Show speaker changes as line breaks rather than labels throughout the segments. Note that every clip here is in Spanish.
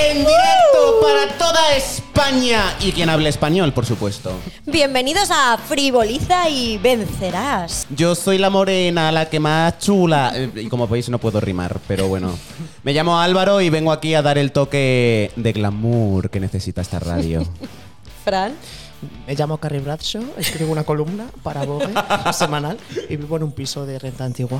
en directo para toda España y quien hable español, por supuesto.
Bienvenidos a Frivoliza y Vencerás.
Yo soy la morena, la que más chula. Eh, Y como veis, no puedo rimar, pero bueno. Me llamo Álvaro y vengo aquí a dar el toque de glamour que necesita esta radio.
Fran.
Me llamo Carrie Bradshaw, escribo una columna para Vogue semanal y vivo en un piso de renta antigua.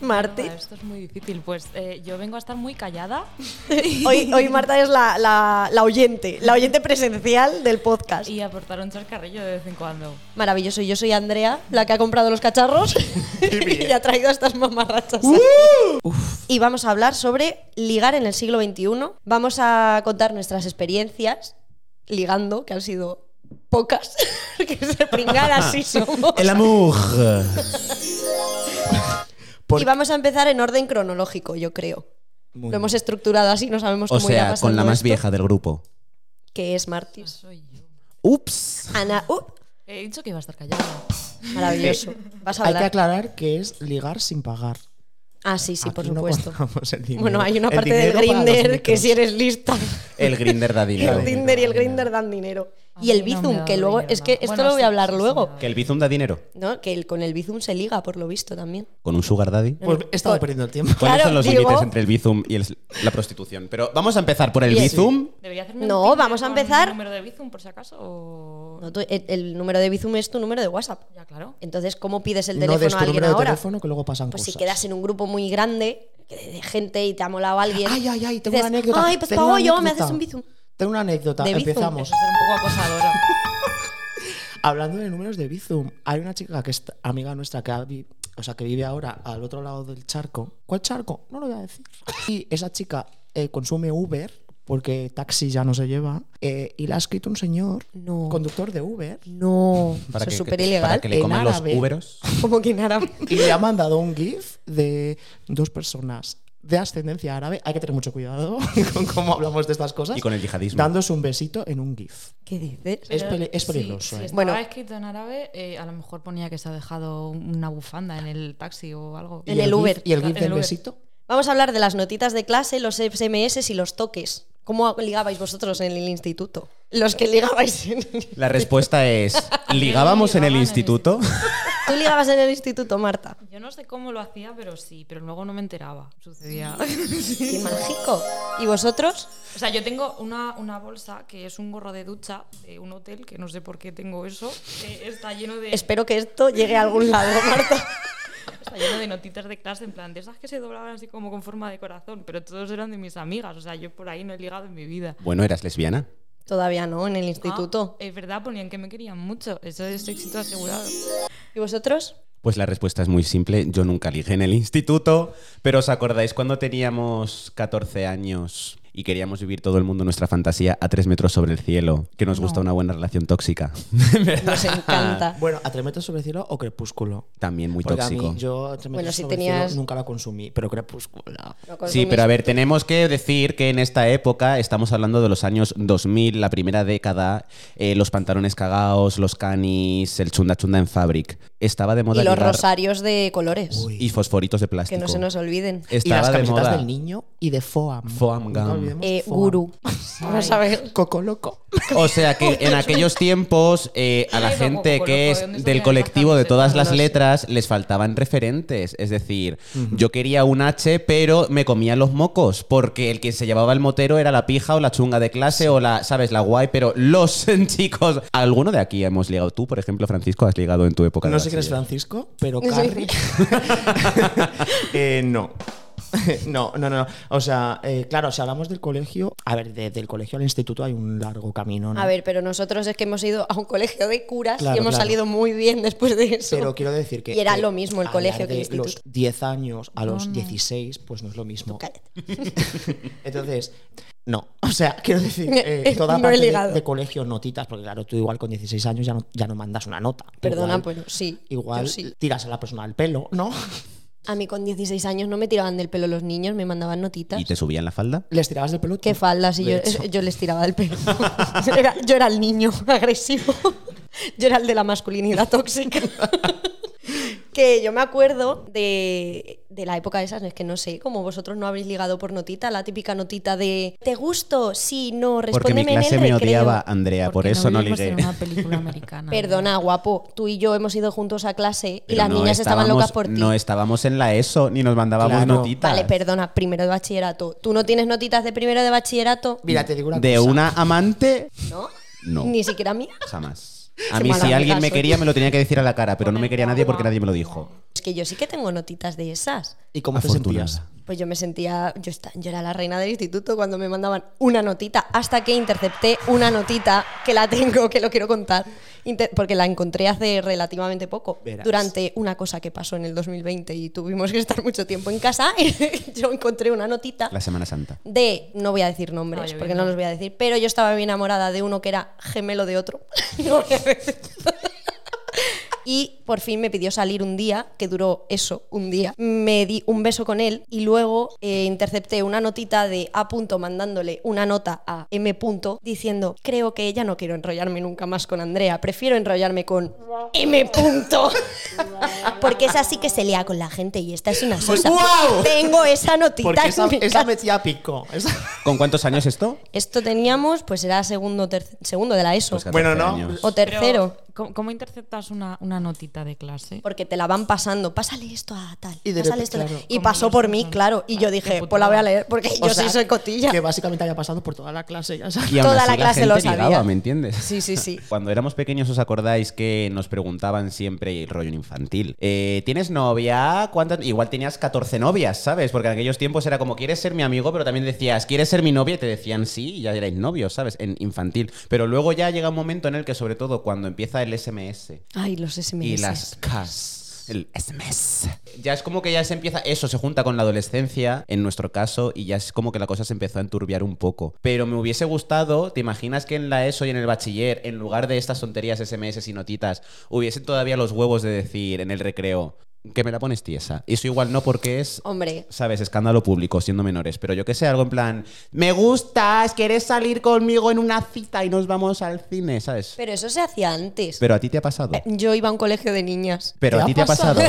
Martín.
Esto es muy difícil, pues eh, yo vengo a estar muy callada.
Hoy, hoy Marta es la, la- la oyente, la oyente presencial del podcast.
Y aportar un chascarrillo de vez en cuando.
Maravilloso, yo soy Andrea, la que ha comprado los cacharros y ha traído a estas mamarrachas. ¡Uh! Y vamos a hablar sobre ligar en el siglo XXI. Vamos a contar nuestras experiencias ligando, que han sido pocas, que se pringadas sí somos.
El amor.
Por-
Y vamos a empezar en orden cronológico, yo creo. Lo hemos estructurado así, no sabemos
O
cómo irá
sea,
pasando
con la más
esto,
vieja del grupo.
Que es Martis.
Soy yo.
Ups.
Ana, uh,
He dicho que iba a estar callada.
maravilloso. Vas a
Eh, Hay que
hablar.
aclarar que es ligar sin pagar.
Ah, sí, sí, por
Aquí no
supuesto.
contamos el dinero.
Bueno, hay una
El
parte del
dinero para los
Grinder que
micros.
si eres lista.
El grinder
Y
dadino.
el
Tinder.
Tinder y el Grinder dan dinero. Y el
A mí no me
Bizum,
ha dado
que luego.
dinero,
Es que
no.
esto
Bueno,
lo voy a
sí,
hablar
sí, sí,
luego.
no.
Que el bizum da dinero.
¿No? Que el- con el Bizum se liga, por lo visto también.
Con un sugar daddy.
Pues he estado
Por-
perdiendo el tiempo.
¿Cuáles
Claro,
son los
digo-
límites entre el bizum y el- la prostitución? Pero vamos a empezar por el
Bien.
bizum.
Debería hacerme un
No,
Tinder
vamos a
con
empezar-
un número de Bizum, por si acaso? o-
No, tú- el, el número de Bizum es tu número de WhatsApp.
Ya, claro.
Entonces, ¿cómo pides el
no
teléfono
des
a
tu
alguien
número de
ahora?
teléfono que luego pasan
Pues si
cosas.
quedas en un grupo muy grande que de de gente y te ha molado alguien.
Ay, ay, ay, tengo una
dices,
anécdota.
Ay, pues
tengo
pago
una
yo, me
anécdota.
haces un bizum.
Tengo una anécdota,
De bizum.
empezamos.
Eso es ser un poco acosadora.
Hablando de números de Bizum, hay una chica que es amiga nuestra que, ha vi- o sea, que vive ahora al otro lado del charco. ¿Cuál charco? No lo voy a decir. Y esa chica eh, consume Uber porque taxi ya no se lleva eh, y le ha escrito un señor,
No.
conductor de Uber,
No, eso
que-
es súper
que-
ilegal.
Para que le
En
coman los
árabe.
úberos.
Como que nada.
y le ha mandado un GIF de dos personas de ascendencia árabe. Hay que tener mucho cuidado con cómo hablamos de estas cosas.
Y con el yihadismo.
Dándose un besito en un GIF.
¿Qué dices?
Es,
Pero
peli- es
si-
peligroso.
Si,
eh.
estaba
Bueno.
escrito en árabe, eh, a lo mejor ponía que se ha dejado una bufanda en el taxi o algo.
En
Y
el
GIF-
Uber.
Y el GIF
En el
del
Uber.
besito.
Vamos a hablar de las notitas de clase, los SMS y los toques. ¿Cómo ligabais vosotros en el instituto? Los que ligabais en...
La respuesta es, ¿ligábamos en el
Ligaban en el
instituto?
Tú ligabas en el instituto, Marta.
Yo no sé cómo lo hacía, pero sí, pero luego no me enteraba. Sucedía.
Qué mágico. ¿Y vosotros?
O sea, yo tengo una, una bolsa que es un gorro de ducha de un hotel, que no sé por qué tengo eso. que está, lleno de,
Espero que esto llegue a algún lado, Marta.
está lleno de notitas de clase, en plan, de esas que se doblaban así como con forma de corazón, pero todos eran de mis amigas. O sea, yo por ahí no he ligado en mi vida.
Bueno, eras lesbiana.
Todavía no, en el
Ah,
instituto.
es verdad, ponían que me querían mucho. Eso es éxito asegurado.
¿Y vosotros?
Pues la respuesta es muy simple, yo nunca ligué en el instituto, pero ¿os acordáis cuando teníamos 14 años y queríamos vivir todo el mundo nuestra fantasía a 3 metros sobre el cielo? Que nos gusta
No.
una buena relación tóxica.
Nos encanta.
Bueno, ¿a tres metros sobre el cielo o crepúsculo?
También muy
Porque
tóxico.
a mí, yo Tres metros
Bueno, si
sobre el
tenías-
cielo nunca la consumí, pero pues, crepúsculo.
No
Sí,
consumís.
pero a ver, tenemos que decir que en esta época, estamos hablando de los años 2000, la primera década, eh, los pantalones cagados, los canis, el chunda chunda en fabric. Estaba de moda
Y los
ligar-
rosarios de colores.
Uy.
y fosforitos de plástico. Eh,
Que no se nos olviden.
Estaba
y las
de
camisetas
moda.
del niño y de Foam.
Foam
Nunca
Gum.
olvidemos
Eh,
Foam.
guru. Vamos a ver.
Coco Loco.
O sea que en aquellos tiempos eh, a la
Ay, loco,
gente
loco,
que
loco,
es
¿de dónde sacan
del
las
colectivo de
camisetas?
todas las
No sé.
letras les faltaban referentes. Es decir, yo quería un H, pero me comía los mocos, porque el que se llevaba el motero era la pija o la chunga de clase o la, ¿sabes? La guay, pero los chicos... ¿Alguno de aquí hemos ligado? Tú, por ejemplo, Francisco, has ligado en tu época. de
No sé quién es
bachiller.
Francisco, pero
Sí.
Carrie. Eh, no. No, no, no. O sea, eh, claro, si hablamos del colegio, a ver, de- del colegio al instituto hay un largo camino, ¿no?
A ver, pero nosotros es que hemos ido a un colegio de curas
Claro,
y hemos
claro.
salido muy bien después de eso.
Pero quiero decir que.
Y era
eh,
lo mismo el
hablar
colegio que el
de
instituto.
los 10 años a los 16, pues no es lo mismo.
Cállate.
Entonces, no. O sea, quiero decir, eh, toda
No he
parte de,
ligado.
de colegio notitas, porque claro, tú igual con 16 años ya no, ya no mandas una nota.
Perdona,
Igual-
pues sí.
Igual
yo sí.
tiras a la persona al pelo, ¿no?
A mí con 16 años no me tiraban del pelo los niños, me mandaban notitas.
¿Y te subían la falda?
Les tirabas del pelo. tú.
Qué faldas y
De
yo,
hecho.
yo les tiraba del pelo. Era- yo era el niño agresivo. Yo era el de la masculinidad tóxica. que yo me acuerdo de, de la época esa, es que no sé, como vosotros no habréis ligado por notita, la típica notita de ¿te gusto? Sí, no,
Porque mi
respóndeme
clase
en el
me
recreo".
odiaba, Andrea, por
Porque
eso no
vivimos
ligué.
en una película americana.
Perdona, guapo, tú y yo hemos ido juntos a clase y
Pero
las
no
niñas estaban
estábamos-
locas por ti.
No estábamos en la ESO, ni nos mandábamos
Claro.
notitas.
Vale, perdona, primero de bachillerato. ¿Tú no tienes notitas de primero de bachillerato?
Mira, te digo una
¿De
cosa.
una amante?
¿No?
No.
Ni siquiera mía.
Jamás. A
Qué
mí
mala
si alguien
amiga
me
soy.
quería me lo tenía que decir a la cara, pero no me quería nadie porque nadie me lo dijo.
Es que yo sí que tengo notitas de esas.
¿Y cómo te
Afortunada.
sentías?
Pues yo me sentía, yo, esta- yo era la reina del instituto cuando me mandaban una notita, hasta que intercepté una notita que la tengo, que lo quiero contar, Inte- porque la encontré hace relativamente poco,
Verás.
durante una cosa que pasó en el 2020 y tuvimos que estar mucho tiempo en casa, yo encontré una notita
La Semana Santa.
de, no voy a decir nombres,
Ay,
porque
bien.
no los voy a decir, pero yo estaba bien enamorada de uno que era gemelo de otro. No voy a decir. Y por fin me pidió salir un día, que duró eso, un día. Me di un beso con él y luego eh, intercepté una notita de A. punto mandándole una nota a M. punto diciendo, creo que ya no quiero enrollarme nunca más con Andrea, prefiero enrollarme con M. punto. Porque esa sí que se lea con la gente y esta es una sosa.
¡Guau!
Tengo esa notita
Porque
en
esa,
mi
esa
casa.
metía pico. Esa-
¿Con cuántos años esto?
Esto teníamos, pues era segundo, terc- segundo de la ESO.
Pues 14
Bueno, no.
años.
o tercero.
Pero, ¿cómo, cómo interceptas una, una notita de clase?
Porque te la van pasando. Pásale esto a tal.
Y de
pásale
repente,
esto a tal.
claro,
y
como
pasó por mí,
personas.
claro. Y yo
Ah, qué
dije,
putada.
pues la voy a leer porque
o
yo
sea,
sí soy cotilla.
Que básicamente había pasado por toda la clase, ya sabes.
Y aún
Toda
así
la clase
gente
lo sabía.
ligaba, ¿me entiendes?
Sí, sí, sí.
Cuando éramos pequeños, ¿os acordáis que nos preguntaban siempre el rollo infantil? Eh, ¿Tienes novia? ¿Cuántas? Igual tenías 14 novias, ¿sabes? Porque en aquellos tiempos era como, ¿quieres ser mi amigo? Pero también decías, ¿quieres ser mi novia? Y te decían sí, y ya erais novios, ¿sabes? En infantil. Pero luego ya llega un momento en el que, sobre todo, cuando empieza el SMS
Ay, los SMS.
y las cas el SMS. Ya es como que ya se empieza, eso se junta con la adolescencia, en nuestro caso, y ya es como que la cosa se empezó a enturbiar un poco. Pero me hubiese gustado, ¿te imaginas que en la ESO y en el bachiller, en lugar de estas tonterías SMS y notitas, hubiesen todavía los huevos de decir en el recreo, que me la pones tiesa? Eso igual no porque es...
Hombre,
¿Sabes? Escándalo público siendo menores, pero yo que sé, algo en plan, me gustas, quieres salir conmigo en una cita y nos vamos al cine, ¿sabes?
pero eso se hacía antes.
Pero a ti te ha pasado.
Eh, Yo iba a un colegio de niñas.
Pero a ti te ha pasado.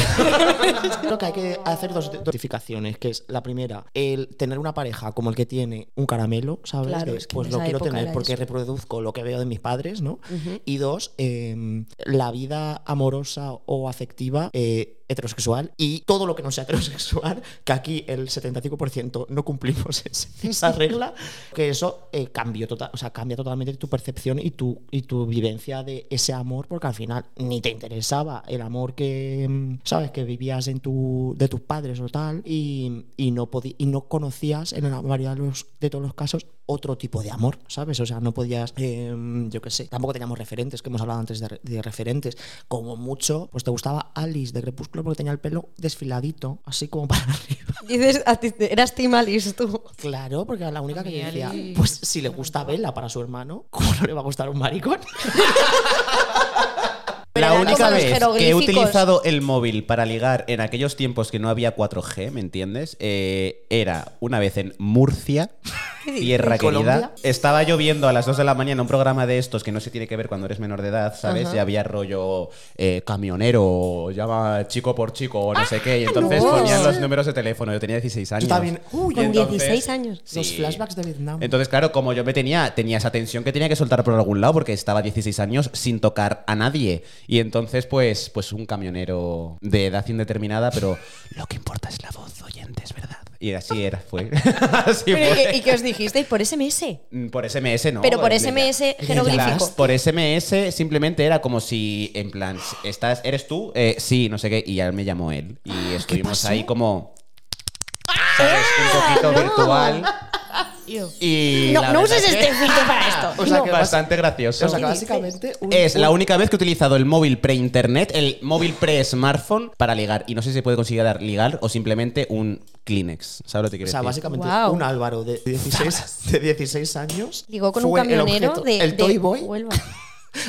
Creo que hay que hacer dos notificaciones, que es la primera, el tener una pareja como el que tiene un caramelo, ¿sabes?
Claro,
De,
es que
pues
en
lo
esa
quiero
época
tener
era
porque
eso.
reproduzco lo que veo de mis padres, ¿no? Y dos, eh, la vida amorosa o afectiva eh, heterosexual y todo lo que no sea heterosexual, que aquí el 75% no cumplimos ese- esa regla, que eso eh, cambió total, o sea, cambia totalmente tu percepción y tu, y tu vivencia de ese amor, porque al final ni te interesaba el amor que, mm, ¿sabes?, que vivías en tu, de tus padres o tal, y, y no, podí- y no conocías en la mayoría de, los- de todos los casos otro tipo de amor, ¿sabes? O sea, no podías, em, yo qué sé, tampoco teníamos referentes, que hemos hablado antes de, re- de referentes. Como mucho, pues te gustaba Alice de Crepúsculo porque tenía el pelo desfiladito, así como para arriba.
Dices, a ti- eras Timalis tú.
Claro, porque era la única que yo
A mí
decía,
Alice
pues si le gusta Bella para su hermano, ¿cómo no le va a gustar un maricón?
Pero
La
eran
única
como los
vez que he
jeroglíficos.
utilizado el móvil para ligar en aquellos tiempos que no había 4G, ¿me entiendes? Eh, era una vez en Murcia, tierra querida.
¿Colombia?
Estaba lloviendo a las 2 de la mañana un programa de estos que no se tiene que ver cuando eres menor de edad, ¿sabes? Y había rollo eh, camionero, llama chico por chico o no sé qué. Y entonces
Ah, no.
ponían los números de teléfono. Yo tenía 16 años.
también. Uy,
Y
Con
entonces-
16 años.
Sí.
Los flashbacks de Vietnam.
Entonces, claro, como yo me tenía, tenía esa tensión que tenía que soltar por algún lado porque estaba 16 años sin tocar a nadie. Y entonces, pues, pues un camionero de edad indeterminada, pero lo que importa es la voz, oyentes, ¿verdad? Y así era, fue. así
Pero, ¿y,
fue.
qué, y qué os dijisteis? Por SMS.
Mm, Por SMS, ¿no?
Pero por
Eh,
SMS
eh,
jeroglífico.
Por SMS simplemente era como si, en plan, estás, ¿eres tú? Eh, sí, no sé qué. Y ya me llamó él.
Ah,
Y estuvimos
pasó?
ahí como... ¿Sabes? Un poquito virtual. Y la
No, no
verdad
uses
es que-
este filtro para esto.
O sea,
No,
que
bastante gracioso.
O sea, que básicamente. un-
es la
un-
única vez que he utilizado el móvil pre-internet, el móvil pre-smartphone para ligar. Y no sé si se puede conseguir dar ligar o simplemente un Kleenex. ¿Sabes lo que
O
quiero
sea,
decir?
básicamente
Guau.
un Álvaro de 16, de 16 años.
Ligó con un
fue el
camionero
objeto,
de,
El
de
Toy Boy.
Huelva.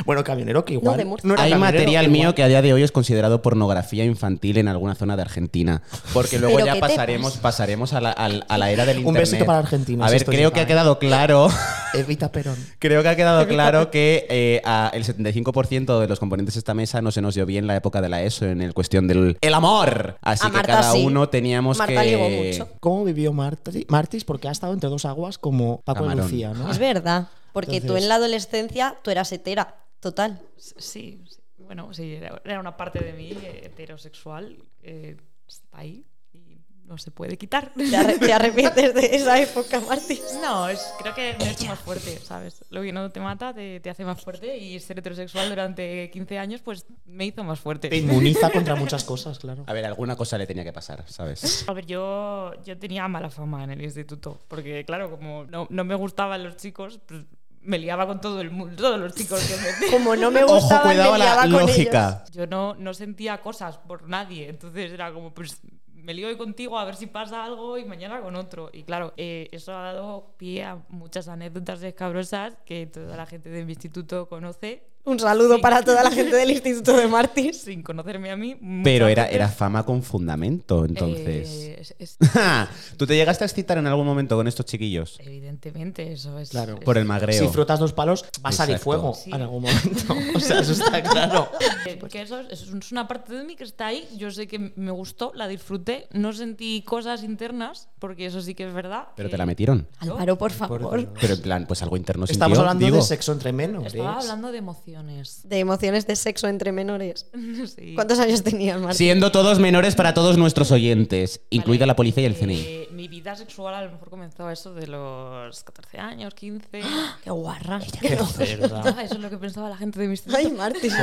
Bueno, camionero que igual.
de Murcia.
era
Hay
camionero,
material
igual.
mío que a día de hoy es considerado pornografía infantil en alguna zona de Argentina. Porque luego
¿Pero
ya
qué te
pasaremos, pasaremos a la, al- a la era del
Un
internet.
besito para Argentina,
A
si
ver,
esto
creo
llega,
que ha
¿eh?
quedado claro
Evita Perón.
Creo que ha quedado claro que eh, a el 75% de los componentes de esta mesa no se nos dio bien la época de la ESO en el cuestión del el amor. Así
A
que
Marta
cada
sí.
uno teníamos
Marta
que...
ligó mucho.
¿Cómo vivió Marti- Martis? Porque ha estado entre dos aguas como Paco y
Camarón.
Lucía, ¿no?
Es verdad, porque tú
Entonces-
en la adolescencia tú eras hetera, total.
Sí, sí. bueno, sí, era era una parte de mí eh, heterosexual que está ahí y no se puede quitar.
Te, arre- te arrepientes de esa época, Martín.
No, es, creo que me ha hecho más fuerte, ¿sabes? Lo que no te mata te, te hace más fuerte y ser heterosexual durante 15 años pues me hizo más fuerte.
Te inmuniza contra muchas cosas, claro.
A ver, alguna cosa le tenía que pasar, ¿sabes?
A ver, yo, yo tenía mala fama en el instituto, porque claro, como no, no me gustaban los chicos, pues me liaba con todo el mundo, todos los chicos que me...
Como no me
Ojo,
gustaba,
cuidado a la lógica.
Yo no, no sentía cosas por nadie, entonces era como, pues me lío hoy contigo a ver si pasa algo y mañana con otro. Y claro, eh, eso ha dado pie a muchas anécdotas escabrosas que toda la gente de mi instituto conoce,
Un saludo para toda la gente del Instituto de Martis.
sin conocerme a mí.
Pero
muchas
era,
veces.
era fama con fundamento, entonces.
Eh, es- es-
¿Tú te llegaste a excitar en algún momento con estos chiquillos?
evidentemente, eso es...
Claro.
es-
Por el magreo.
Si frotas dos palos, va a salir
Exacto.
fuego
Sí.
en algún momento. O sea, eso está claro.
Eh, Porque eso, es- eso es una parte de mí que está ahí. Yo sé que me gustó, la disfruté. No sentí cosas internas, porque eso sí que es verdad. eh,
Pero
que
te la metieron.
yo
Álvaro, por favor.
Por-
Pero en plan, pues algo interno
Estamos
sintió,
hablando
digo.
de sexo entre menores.
Estaba hablando de emociones.
De emociones de sexo entre menores.
Sí.
¿Cuántos años tenías, Martín?
Siendo todos menores para todos nuestros oyentes, incluida la policía y el
Eh,
CNI.
mi vida sexual a lo mejor comenzó a eso de los 14 años, 15.
Ah.
¡Qué guarra!
Qué cerda.
Ah, eso es lo que pensaba la gente de mis
¡Ay, Martis!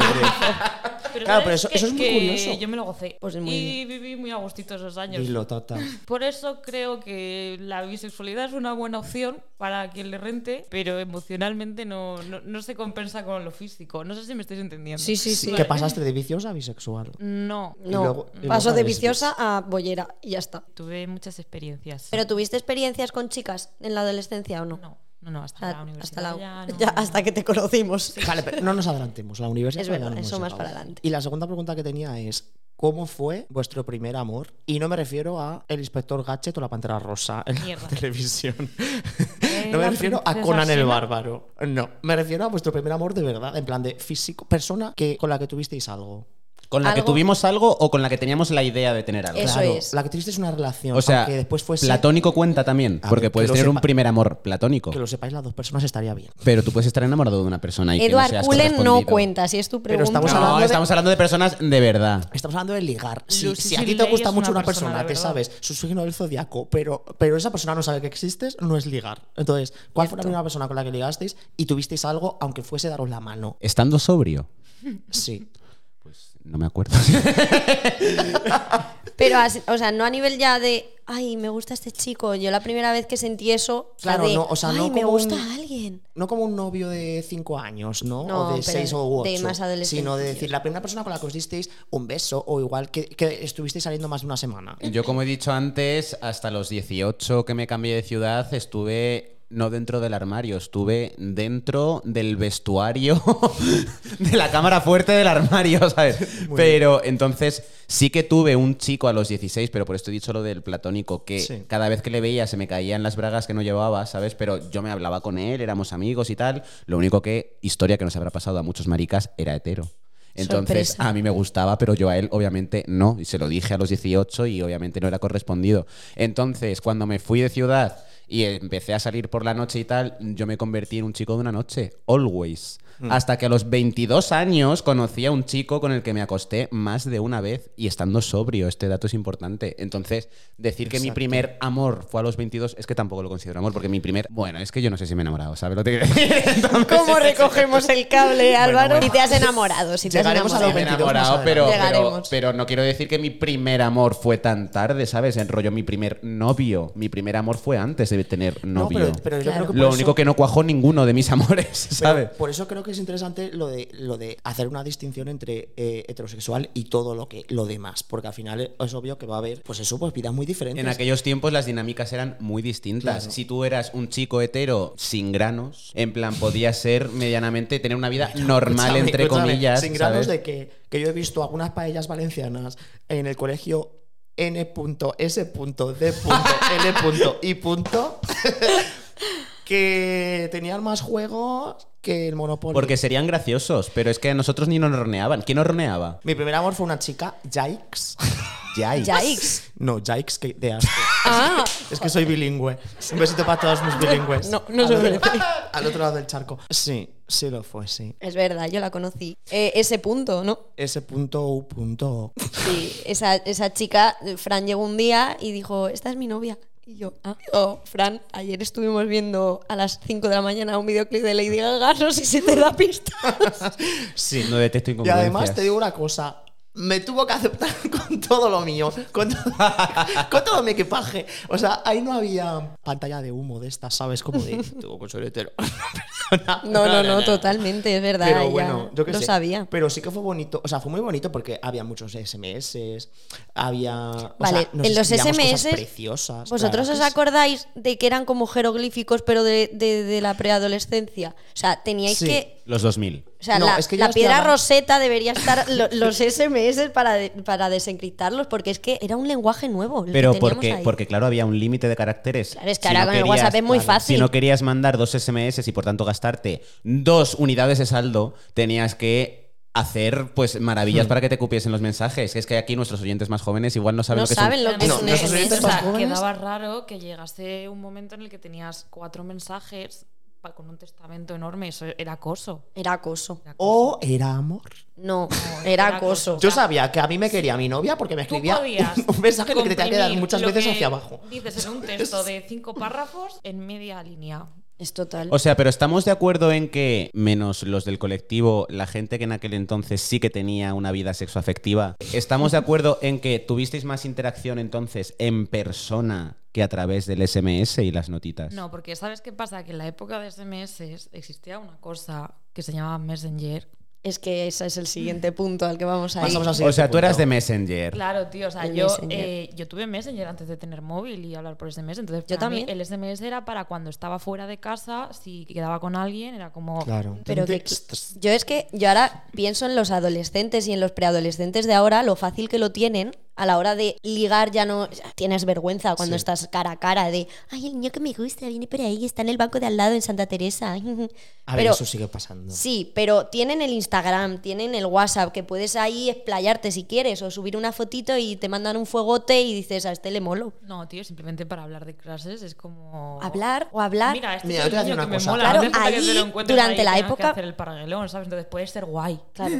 Pero
Claro,
¿sabes
pero eso-
qué?
eso es muy
Que
curioso.
Yo me lo gocé.
Pues muy
Y viví muy a gustito esos años.
Dilo, Tata.
Por eso creo que la bisexualidad es una buena opción para quien le rente, pero emocionalmente no, no, no se compensa con lo físico. No sé si me estáis entendiendo.
Sí, sí, sí.
¿Qué pasaste de viciosa a bisexual?
No,
No,
Y luego- y
paso
luego
de
a
viciosa a bollera y ya está.
tuve muchas experiencias.
¿Pero tuviste experiencias con chicas en la adolescencia o no?
no, no, no, hasta
Ah,
la universidad.
hasta, la-
ya no.
ya, hasta que te conocimos.
Vale, pero no nos adelantemos. La universidad
Es
todavía
verdad,
no hemos
eso más
llegado.
para adelante.
Y la segunda pregunta que tenía es: ¿Cómo fue vuestro primer amor? Y no me refiero a el inspector Gadget o la pantera rosa en la
Mierda.
televisión.
Eh,
no me
la
refiero a
princesa
Conan el
Shena.
bárbaro. No, me refiero a vuestro primer amor de verdad, en plan de físico, persona que con la que tuvisteis algo.
¿Con la que
algo-
tuvimos algo o con la que teníamos la idea de tener algo?
Eso
Claro,
es.
La que tuvisteis una relación,
O sea,
aunque después fuese
platónico cuenta también,
A ver,
porque
que
puedes
lo
tener un
sepa-
primer amor platónico,
que lo sepáis las dos personas estaría bien.
pero tú puedes estar enamorado de una persona y que
Eduard
no seas
Cullen no
correspondido.
cuenta, si es tu
Pero
No,
pregunta.
Estamos hablando de-
estamos hablando de personas de verdad.
Estamos hablando de ligar. Si,
Lucy
si a ti te
Sinley
gusta
es
mucho
una
una persona,
persona, de
te
verdad.
sabes su signo del zodiaco, pero, pero esa persona no sabe que existes, no es ligar. Entonces, ¿cuál fue la primera persona con la que ligasteis y tuvisteis algo, aunque fuese daros la mano? Eh,
Estando sobrio.
Sí.
No me acuerdo.
Pero, así- o sea, no a nivel ya de, ay, me gusta este chico. Yo la primera vez que sentí eso, o sea,
Claro,
de,
no, o sea,
ay,
no
me
como
gusta
un-
alguien.
No como un novio de 5 años, ¿no?
No,
o de
pero
6 o 8.
de más adolescencia.
Sino de decir, la primera persona con la que os disteis un beso o igual que, que estuvisteis saliendo más de una semana.
Yo, como he dicho antes, hasta los 18 que me cambié de ciudad, estuve no dentro del armario, estuve dentro del vestuario de la cámara fuerte del armario, ¿sabes? pero entonces sí que tuve un chico a los 16, pero por esto he dicho lo del platónico, que
Sí.
cada vez que le veía se me caían las bragas que no llevaba, ¿sabes? Pero yo me hablaba con él, éramos amigos y tal. Lo único que, historia que nos habrá pasado a muchos maricas, era hetero. Entonces,
Sorpresa.
a mí me gustaba, pero yo a él obviamente no. Y se lo dije a los 18 y obviamente no era correspondido. Entonces, cuando me fui de ciudad y empecé a salir por la noche y tal, yo me convertí en un chico de una noche, always. Hasta que a los 22 años conocí a un chico con el que me acosté más de una vez y estando sobrio, este dato es importante. Entonces, decir que mi
Exacto.
primer amor fue a los 22 es que tampoco lo considero amor, porque mi primer... Bueno, es que yo no sé si me he enamorado, ¿sabes lo que te quiero decir? Entonces-
¿Cómo recogemos el cable, Álvaro?
bueno.
Si te has enamorado, si te has
Llegaremos a
enamorado.
los
me he
22 más
enamorado,
adelante.
pero, pero,
Llegaremos.
pero no quiero decir que mi primer amor fue tan tarde, ¿sabes? Enrollo mi primer novio. Mi primer amor fue antes de tener novio.
pero, pero yo
Claro.
creo que por
Lo
eso-
único que no cuajó ninguno de mis amores,
Pero
¿sabes?
Por eso creo que es interesante lo de, lo de hacer una distinción entre eh, heterosexual y todo lo que lo demás, porque al final es obvio que va a haber, pues eso, pues vidas muy diferentes.
En aquellos tiempos las dinámicas eran muy distintas.
Claro.
Si tú eras un chico hetero sin granos, en plan podía ser medianamente tener una vida normal,
Escúchame,
entre
escúchame,
comillas.
Sin grados
¿sabes?
de que, que yo he visto algunas paellas valencianas en el colegio N.S.D.L. y punto. que tenían más juegos que el Monopoly.
Porque serían graciosos, pero es que a nosotros ni nos horneaban. ¿Quién horneaba?
mi primer amor fue una chica, Yikes.
Yikes.
Yikes.
No, Yikes que de asco.
Ah,
Es que soy bilingüe. Un besito para todos mis bilingües.
No, no se
Al-
merece.
Al otro lado del charco. Sí, sí lo fue, sí.
es verdad, yo la conocí. Eh, ese punto, ¿no?
Ese punto, u punto.
Sí, esa, esa chica, Fran llegó un día y dijo, esta es mi novia. Y yo, ah, Oh, Fran, ayer estuvimos viendo a las 5 de la mañana un videoclip de Lady Gaga, no sé si te da pista.
Sí, no detesto
Y
incongruencias.
además te digo una cosa. Me tuvo que aceptar con todo lo mío, con todo, con todo mi equipaje. O sea, ahí no había pantalla de humo de estas, ¿sabes? Como de. Tuvo con soltero.
No, no, no, totalmente, es verdad.
Pero
ella
bueno, yo qué
lo
sé.
sabía.
Pero sí que fue bonito. O sea, fue muy bonito porque había muchos SMS, había. o
Vale,
sea, nos
en los
escribíamos cosas
SMS,
preciosas.
¿Vosotros
claro
os
que sí.
acordáis de que eran como jeroglíficos, pero de, de- de la preadolescencia? O sea, teníais
Sí.
que
Los 2000.
O sea,
No,
la,
es que yo
la
las
piedra
llamaba-
roseta debería estar lo- los SMS para, de- para desencriptarlos, porque es que era un lenguaje nuevo. el
Pero
que teníamos
porque,
ahí.
porque, claro, había un límite de caracteres.
Claro, es que ahora con el WhatsApp es muy fácil.
Si no querías mandar dos SMS y por tanto gastarte dos unidades de saldo, tenías que hacer pues maravillas para que te cupiesen los mensajes. Es que aquí nuestros oyentes más jóvenes igual no saben
No
lo que es un-
saben lo que
Además,
es
No,
un
nuestros
SMS.
oyentes
o sea,
más jóvenes-
quedaba raro que llegase un momento en el que tenías cuatro mensajes pa- con un testamento enorme. Eso era acoso.
Era acoso.
Era acoso.
O era amor.
No,
era
era acoso.
acoso.
Yo sabía que a mí me quería mi novia porque me
Tú
escribía
podías
un, un mensaje que le tenía que dar
comprimir
muchas
lo
veces
que
hacia abajo.
Dices en un texto de cinco párrafos en media línea.
Es total.
O sea, pero estamos de acuerdo en que, menos los del colectivo, la gente que en aquel entonces sí que tenía una vida sexoafectiva, estamos de acuerdo en que tuvisteis más interacción entonces en persona que a través del SMS y las notitas.
No, porque ¿sabes qué pasa? Que en la época de SMS existía una cosa que se llamaba Messenger.
es que ese es el siguiente punto al que vamos a ir.
Pasamos al
o
siguiente
sea, tú eras
punto.
de Messenger.
Claro, tío. O sea,
El
yo,
Messenger.
eh, yo tuve Messenger antes de tener móvil y hablar por SMS. Entonces,
Yo
para mí
también.
el SMS era para cuando estaba fuera de casa, si quedaba con alguien, era como.
Claro.
Pero que-
Textos.
yo es que yo ahora pienso en los adolescentes y en los preadolescentes de ahora, lo fácil que lo tienen a la hora de ligar ya no tienes vergüenza cuando
Sí.
estás cara a cara de ay el niño que me gusta viene por ahí está en el banco de al lado en Santa Teresa
A ver,
pero
eso sigue pasando.
sí pero tienen el Instagram tienen el WhatsApp que puedes ahí explayarte si quieres o subir una fotito y te mandan un fuegote y dices a este le molo
No, tío, simplemente para hablar de clases es como.
hablar o hablar
Mira, este
Oh. Mira,
es
yo te voy a decir
el niño que
una
me
cosa.
mola.
Claro,
Antes de que
ahí,
te lo encuentres
durante
ahí,
la
tengas que
época-
hacer el parguelón, ¿sabes? Entonces puede ser guay.
Claro.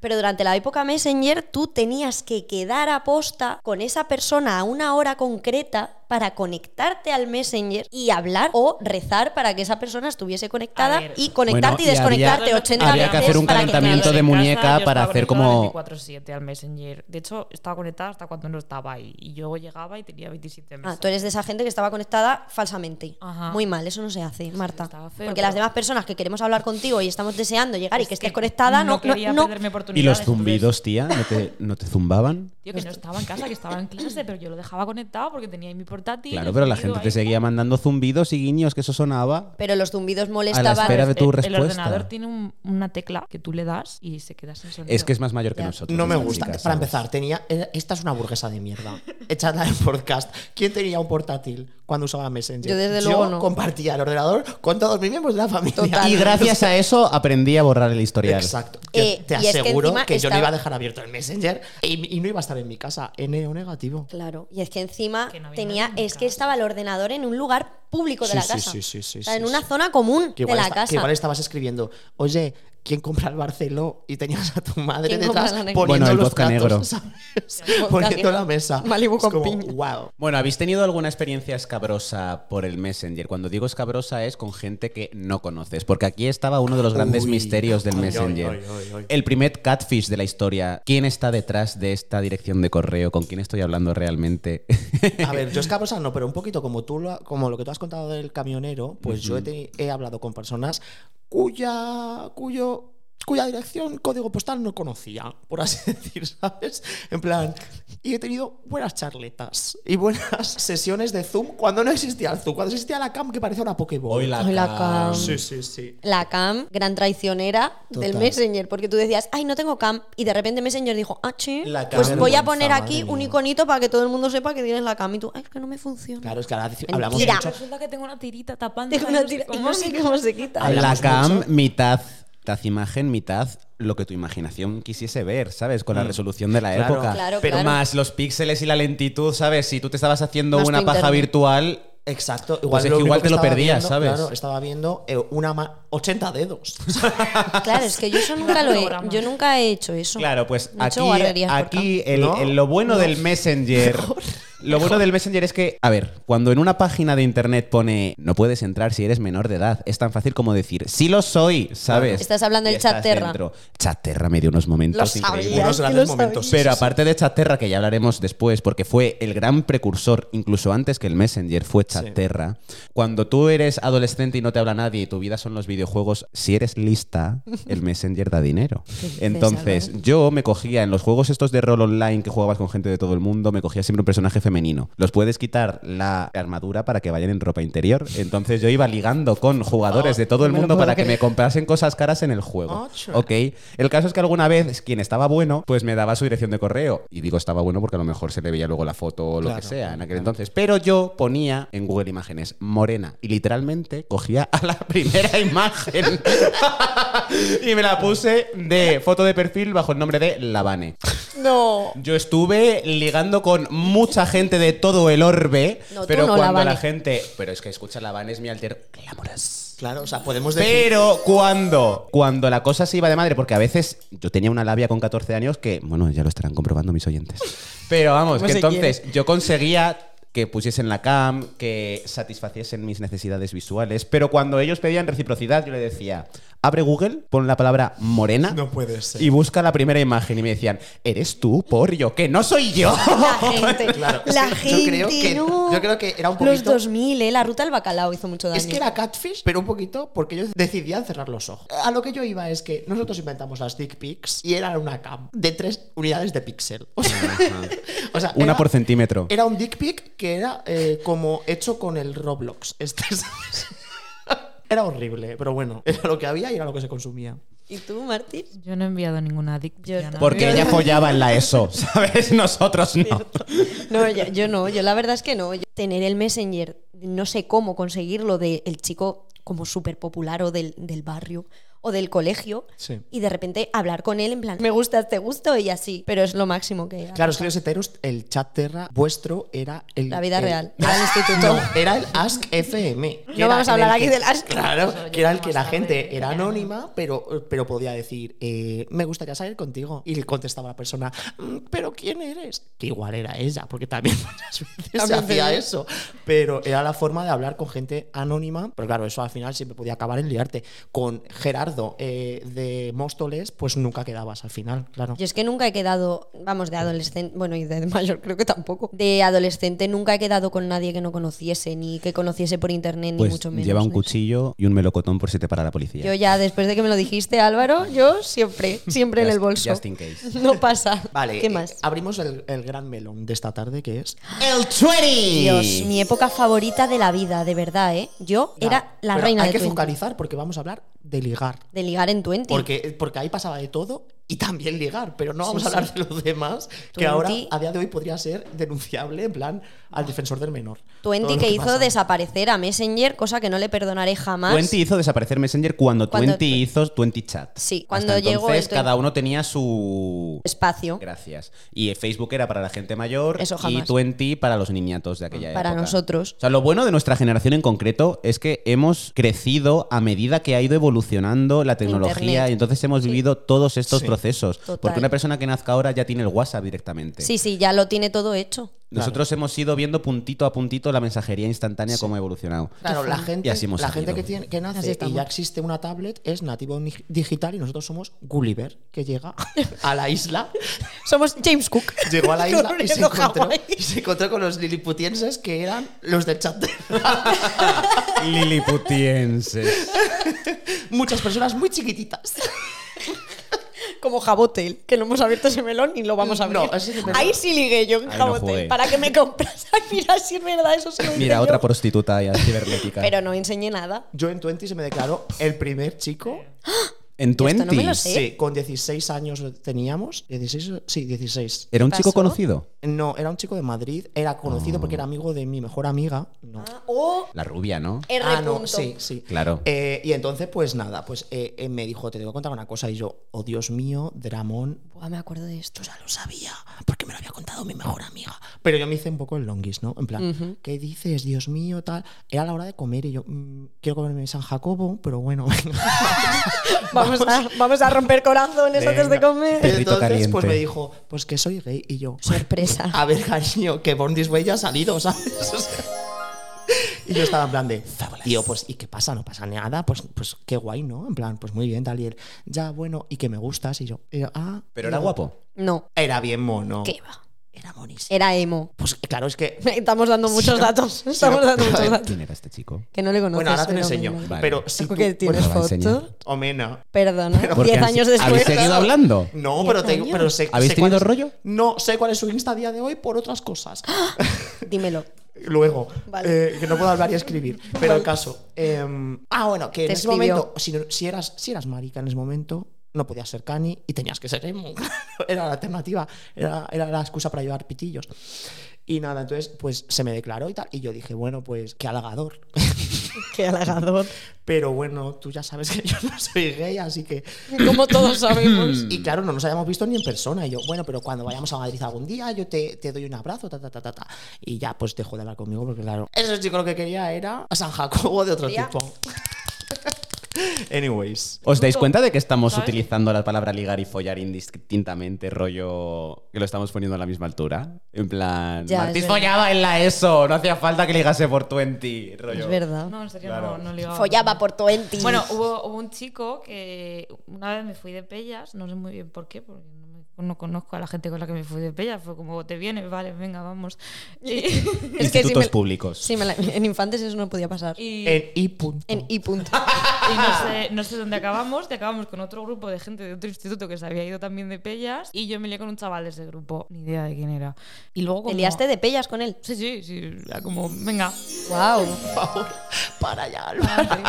Pero durante la época Messenger tú tenías que quedar a posta con esa persona a una hora concreta para conectarte al Messenger y hablar o rezar para que esa persona estuviese
A
conectada
ver.
y conectarte
Bueno,
y
y
desconectarte
había-
80
había que
veces
hacer un
para
calentamiento
te-
de
En
muñeca
casa yo
para
estaba
hacer
conectada
como-
24/7 al Messenger. De hecho, estaba conectada hasta cuando no estaba ahí. Y yo llegaba y tenía 27 meses.
Ah, tú eres de esa gente que estaba conectada falsamente.
Ajá.
Muy mal, eso no se hace, Marta.
estaba feo,
Porque las
pero-
demás personas que queremos hablar contigo y estamos deseando llegar y que estés conectada, no, no,
quería
no.
perderme
¿Y
oportunidades.
los
entonces-
zumbidos, tía? ¿No te, no te zumbaban?
Tío, que no estaba en casa, que estaba en clase, pero yo lo dejaba conectado porque tenía ahí mi portátil.
Claro,
el
pero la
zumbido
gente
ahí.
te seguía mandando zumbidos y guiños, que eso sonaba.
Pero los zumbidos
A la
molestaban.
espera de tu
el, el ordenador
respuesta.
tiene un- una tecla que tú le das y se queda sin sonido.
Es que es más mayor que
Ya.
nosotros.
No me
las
gusta.
chicas,
Para
¿sabes?
empezar, tenía. eh, Esta es una burguesa de mierda. Echadla en podcast. ¿Quién tenía un portátil cuando usaba Messenger?
Yo, desde luego, no.
compartía el ordenador con todos mis miembros de la familia.
Total.
Y gracias a eso aprendí a borrar el historial.
Exacto. Yo
Eh,
te
y es que
aseguro que,
encima
yo no
estaba-
iba a dejar abierto el Messenger y, y no iba a estar en mi casa. N o negativo.
Claro, y es que encima
Que no había
tenía,
nadie en
es que
casa.
estaba el ordenador en un lugar público de
Sí,
la
sí,
casa.
sí, sí, sí,
O sea,
sí,
en una
sí.
zona común
Que
de
igual,
la
esta- que
casa.
igual estabas escribiendo, oye, ¿quién compra el Barceló? Y tenías a tu madre
¿Quién compra
detrás
la negra?
poniendo
Bueno, el
los
vodka
platos,
negro.
¿sabes?
vodka
poniendo
negro.
la mesa.
Malibu
Es
con
como,
piña.
wow.
Bueno, ¿habéis tenido alguna experiencia escabrosa por el Messenger? Cuando digo escabrosa es con gente que no conoces, porque aquí estaba uno de los grandes
Uy.
misterios del
Ay, ay,
Messenger.
ay, ay, ay.
El primer catfish de la historia. ¿Quién está detrás de esta dirección de correo? ¿Con quién estoy hablando realmente?
A ver, yo escabrosa no, pero un poquito como tú lo, ha- como lo que tú has contado del camionero, pues yo he, teni- he hablado con personas cuya cuyo cuya dirección código postal no conocía, por así decir, ¿sabes? En plan, y he tenido buenas charletas y buenas sesiones de Zoom cuando no existía el Zoom, cuando existía la cam que parecía una Pokéball.
Hoy la,
Hoy la
cam.
cam.
Sí, sí, sí.
La cam, gran traicionera del
Total.
Messenger, porque tú decías, ay, no tengo cam, y de repente Messenger dijo, ah, sí,
La cam
pues
vergüenza,
voy a poner aquí
madre
un
mía.
iconito para que todo el mundo sepa que tienes la cam, y tú, ay, es que no me funciona.
Claro, es que ahora deci-
Mentira.
hablamos
Mira.
mucho.
Resulta que tengo una tirita tapando.
Tengo una tira- y no sé cómo se quita.
Habla-
La
Hablamos
cam,
mucho.
mitad, mitad imagen, mitad lo que tu imaginación quisiese ver, ¿sabes? Con la resolución de la
Claro.
época.
Mm. Claro,
Pero
claro.
más los píxeles y la lentitud, ¿sabes? Si tú te estabas haciendo
Más tu
una paja
internet.
virtual,
Exacto,
Pues es que
único
igual te lo
estaba
perdías,
viendo,
¿sabes?
Claro, estaba viendo eh, una ma- 80 dedos.
Claro, es que yo eso nunca lo he,
Programas.
yo nunca he hecho eso.
Claro, pues
No he
aquí,
hecho guarrerías por
aquí el-
¿No?
el- lo bueno del Messenger. Lo bueno del Messenger es que, a ver, cuando en una página de internet pone no puedes entrar si eres menor de edad, es tan fácil como decir sí lo soy, ¿sabes?
Estás hablando
Y
del
estás
Chatterra.
dentro. Chatterra me dio unos momentos
Lo
increíbles.
sabía.
Unos
que
grandes
lo
momentos.
sabía.
Pero aparte de Chatterra, que ya hablaremos después, porque fue el gran precursor, incluso antes que el Messenger, fue Chatterra. Cuando tú eres adolescente y no te habla nadie y tu vida son los videojuegos, si eres lista, el Messenger da dinero.
dices,
Entonces,
Álvaro?
yo me cogía en los juegos estos de rol online que jugabas con gente de todo el mundo, me cogía siempre un personaje femenino. Los puedes quitar la armadura para que vayan en ropa interior. Entonces, yo iba ligando con jugadores de todo el
Oh, me lo
mundo
puedo
para que me
creer.
comprasen cosas caras en el juego. Ok, el caso es que alguna vez quien estaba bueno, pues me daba su dirección de correo. Y digo estaba bueno porque a lo mejor se le veía luego la foto o lo
Claro,
que sea en aquel
claro.
entonces. Pero yo ponía en Google Imágenes morena y literalmente cogía a la primera imagen y me la puse de foto de perfil bajo el nombre de Lavane.
No.
Yo estuve ligando con mucha gente de todo el orbe,
No, tú
pero
no,
cuando
Lavane.
la gente... Pero es que escucha, Lavane es mi alter... Glamorous.
Claro, o sea, podemos decir.
Pero cuando, cuando la cosa se iba de madre, porque a veces yo tenía una labia con 14 años que, bueno, ya lo estarán comprobando mis oyentes. Pero vamos,
¿Cómo
que
se
entonces yo conseguía que pusiesen la cam, que satisfaciesen mis necesidades visuales, pero cuando ellos pedían reciprocidad, yo le decía, abre Google, pon la palabra morena.
No puede ser.
Y busca la primera imagen y me decían, ¿eres tú, por yo? Que no soy yo.
La gente.
Claro, es
la
que yo
gente.
creo que-
no.
yo creo que era un
Los
poquito-
2000, ¿eh? La ruta al bacalao hizo mucho daño.
Es que era catfish, pero un poquito porque ellos decidían cerrar los ojos. A lo que yo iba es que nosotros inventamos las dick pics y era una cam de tres unidades de píxel. O sea, o sea,
Una
era-
por centímetro.
Era un dick pic que era eh, como hecho con el Roblox. Este, ¿sabes? era horrible, pero bueno, era lo que había y era lo que se consumía.
¿Y tú, Martín?
Yo no he enviado ninguna adicción.
Yo tampoco.
Porque ella follaba en la ESO, ¿sabes? Nosotros no.
No, yo, yo no, yo la verdad es que no. Yo- tener el Messenger, no sé cómo conseguirlo del chico como súper popular o del, del barrio o del colegio
Sí.
y de repente hablar con él en plan, me gusta, te gusto y así, pero es lo máximo que...
Claro, es que los heteros, el chat terra vuestro era el.
La vida
el-
real, era el instituto.
No, era el Ask FM. que
No
era
vamos a
en el
hablar aquí
que-
del Ask.
Claro, que era el que la gente era
Ya.
anónima, pero, pero podía decir, eh, me gustaría salir contigo. Y le contestaba a la persona, "Mm, ¿pero quién eres? Que igual era ella, porque también muchas veces se
También
hacía
tenía.
eso. Pero era la forma de hablar con gente anónima. Pero claro, eso al final siempre podía acabar en liarte. Con Gerardo eh, de Móstoles, pues nunca quedabas al final, claro.
Yo es que nunca he quedado, vamos, de adolescente, bueno, y de mayor creo que tampoco, de adolescente nunca he quedado con nadie que no conociese, ni que conociese por internet, ni
Pues
mucho menos.
lleva un
¿no?
cuchillo y un melocotón por si te para la policía.
Yo ya, después de que me lo dijiste, Álvaro, yo siempre, siempre en
Just-
el bolso.
just in case.
No pasa.
Vale,
¿Qué
eh,
más?
abrimos el, el gran melón de esta tarde, que es...
¡El 20!
Dios, mi época favorita de la vida, de verdad, ¿eh? Yo era
Claro,
la
pero
reina
Hay
de
que
20,
focalizar porque vamos a hablar de ligar.
de ligar en 20.
Porque, porque ahí pasaba de todo y también ligar, pero no vamos
Sí,
a hablar de los demás, que ahora,
Twenty.
a día de hoy, podría ser denunciable, en plan, al defensor del menor. Todo
20
lo
que hizo
pasa.
desaparecer a Messenger, cosa que no le perdonaré jamás.
Twenty hizo desaparecer Messenger cuando,
Cuando-
Twenty hizo Twenty Chat.
Sí, cuando
Hasta
llegó el
entonces,
Twenty- Pues
cada uno tenía su...
Espacio.
Gracias. Y eh, Facebook era para la gente mayor
Eso
y
jamás.
Twenty para los niñatos de aquella
Para
época.
nosotros.
O sea, lo bueno de nuestra generación en concreto es que hemos crecido a medida que ha ido evolucionando la tecnología
Internet.
y entonces hemos vivido todos estos
Sí.
procesos.
Total.
Porque una persona que nazca ahora ya tiene el WhatsApp directamente.
Sí, sí, ya lo tiene todo hecho.
Nosotros hemos ido viendo puntito a puntito la mensajería instantánea cómo ha evolucionado.
Claro, la gente,
Y así hemos
la gente
salido.
que, tiene, que
Así
nace y
estamos.
ya existe una tablet es nativo ni- digital y nosotros somos Gulliver, que llega a la isla
Somos James Cook.
Llegó a la isla y se,
Corriendo a
encontró,
Hawái.
y se encontró con los liliputienses que eran los del chat.
Liliputienses.
Muchas personas muy chiquititas.
como Jabotel, que no hemos abierto ese melón y lo vamos a abrir.
No, ese es el melón.
Ahí sí ligué yo en
Ahí no
Jabotel.
jugué.
para que me compras. Al final, sí es verdad, eso sí lo hice
Mira,
yo.
otra prostituta ya cibernética.
Pero no enseñé nada.
Yo en 20 se me declaró el primer chico.
en
no me lo
20.
sé.
¿Sí? con 16 años teníamos. 16, o- sí, 16.
¿Era un
¿Qué
chico
pasó?
conocido?
No, era un chico de Madrid, era conocido porque era amigo de mi mejor amiga. No.
Ah, O
La rubia, ¿no?
R.
Ah, no,
punto.
sí, sí.
Claro.
Eh, y entonces, pues nada, pues eh, eh, me dijo, te tengo que contar una cosa. Y yo, oh Dios mío, Dramón,
Buah, me acuerdo de esto.
yo ya lo sabía, porque me lo había contado mi mejor amiga. Pero yo me hice un poco el longuis, ¿no? En plan, ¿qué dices? Dios mío, tal. Era la hora de comer y yo, mm, quiero comerme San Jacobo, pero bueno, venga.
Vamos, a, vamos a romper corazones antes de
Venga.
comer.
Perrito
Entonces, pues
caliente.
me dijo, pues que soy gay. Y yo,
Sorpresa.
a ver, cariño, que Born This Way ya ha salido, ¿sabes? O sea, y yo estaba en plan de, tío, pues, ¿y qué pasa? No pasa nada, pues, pues qué guay, ¿no? En plan, pues muy bien, tal y él, ya, bueno, y que me gustas. Y yo, y yo, ah.
Pero era
no.
guapo.
No,
Era bien mono.
qué va.
Era monísimo.
Era emo.
Pues claro, es que
Estamos dando muchos datos. Estamos
no,
dando
a
muchos
ver.
datos.
¿Quién era este chico?
Que no le conoces.
Bueno, ahora te lo
pero
enseño.
bueno.
Vale.
Pero si tú,
Porque tienes
Bueno, va,
foto.
enseña.
Homena.
Perdona.
Porque
Diez
han-
años después.
¿Habéis seguido hablando?
No,
¿Diez
pero, te,
años?
pero sé,
¿Habéis
sé cuál
tenido
es-
rollo?
No, sé cuál es su Insta a día de hoy por otras cosas.
Dímelo.
Luego,
Vale.
eh, que no puedo hablar y escribir. Pero el caso. eh, ah, bueno, que en
Te
ese
escribió.
momento, si, no- si eras, si eras marica en ese momento, no podías ser cani y tenías que ser emo. era la alternativa, era, era la excusa para llevar pitillos. Y nada, entonces, pues se me declaró y tal. Y yo dije, bueno, pues qué halagador.
Qué halagador.
Pero bueno, tú ya sabes que yo no soy gay, así que.
Como todos sabemos.
Pues, Y claro, no nos habíamos visto ni en persona. Y yo, bueno, pero cuando vayamos a Madrid algún día, yo te, te doy un abrazo, ta, ta, ta, ta, ta. Y ya, pues dejó de hablar conmigo, porque claro, ese chico lo que quería era a San Jacobo de otro
Ya.
tipo. Anyways.
¿Os dais cuenta de que estamos
¿Sabes?
utilizando la palabra ligar y follar indistintamente, rollo que lo estamos poniendo a la misma altura? En plan,
Ya,
Martis
es verdad.
follaba en la ESO, no hacía falta que ligase por 20, rollo.
Es verdad.
No, en serio,
Claro.
no, no ligaba.
Follaba por 20.
Bueno, hubo, hubo un chico que una vez me fui de Pellas, no sé muy bien por qué, porque no, me- no conozco a la gente con la que me fui de Pellas, fue como, te vienes, vale, venga, vamos. Y-
Es que sí
Institutos
me-
públicos.
sí me la- en infantes eso no podía pasar.
y-
En I. punto.
En y punto.
Y no sé, no sé dónde acabamos, que acabamos con otro grupo de gente de otro instituto que se había ido también de Pellas y yo me lié con un chaval de ese grupo, ni idea de quién era. Y luego
¿Te
como...
liaste de pellas con él?
Sí, sí, sí, era como, venga.
Wow.
Por favor, para allá,
adelante.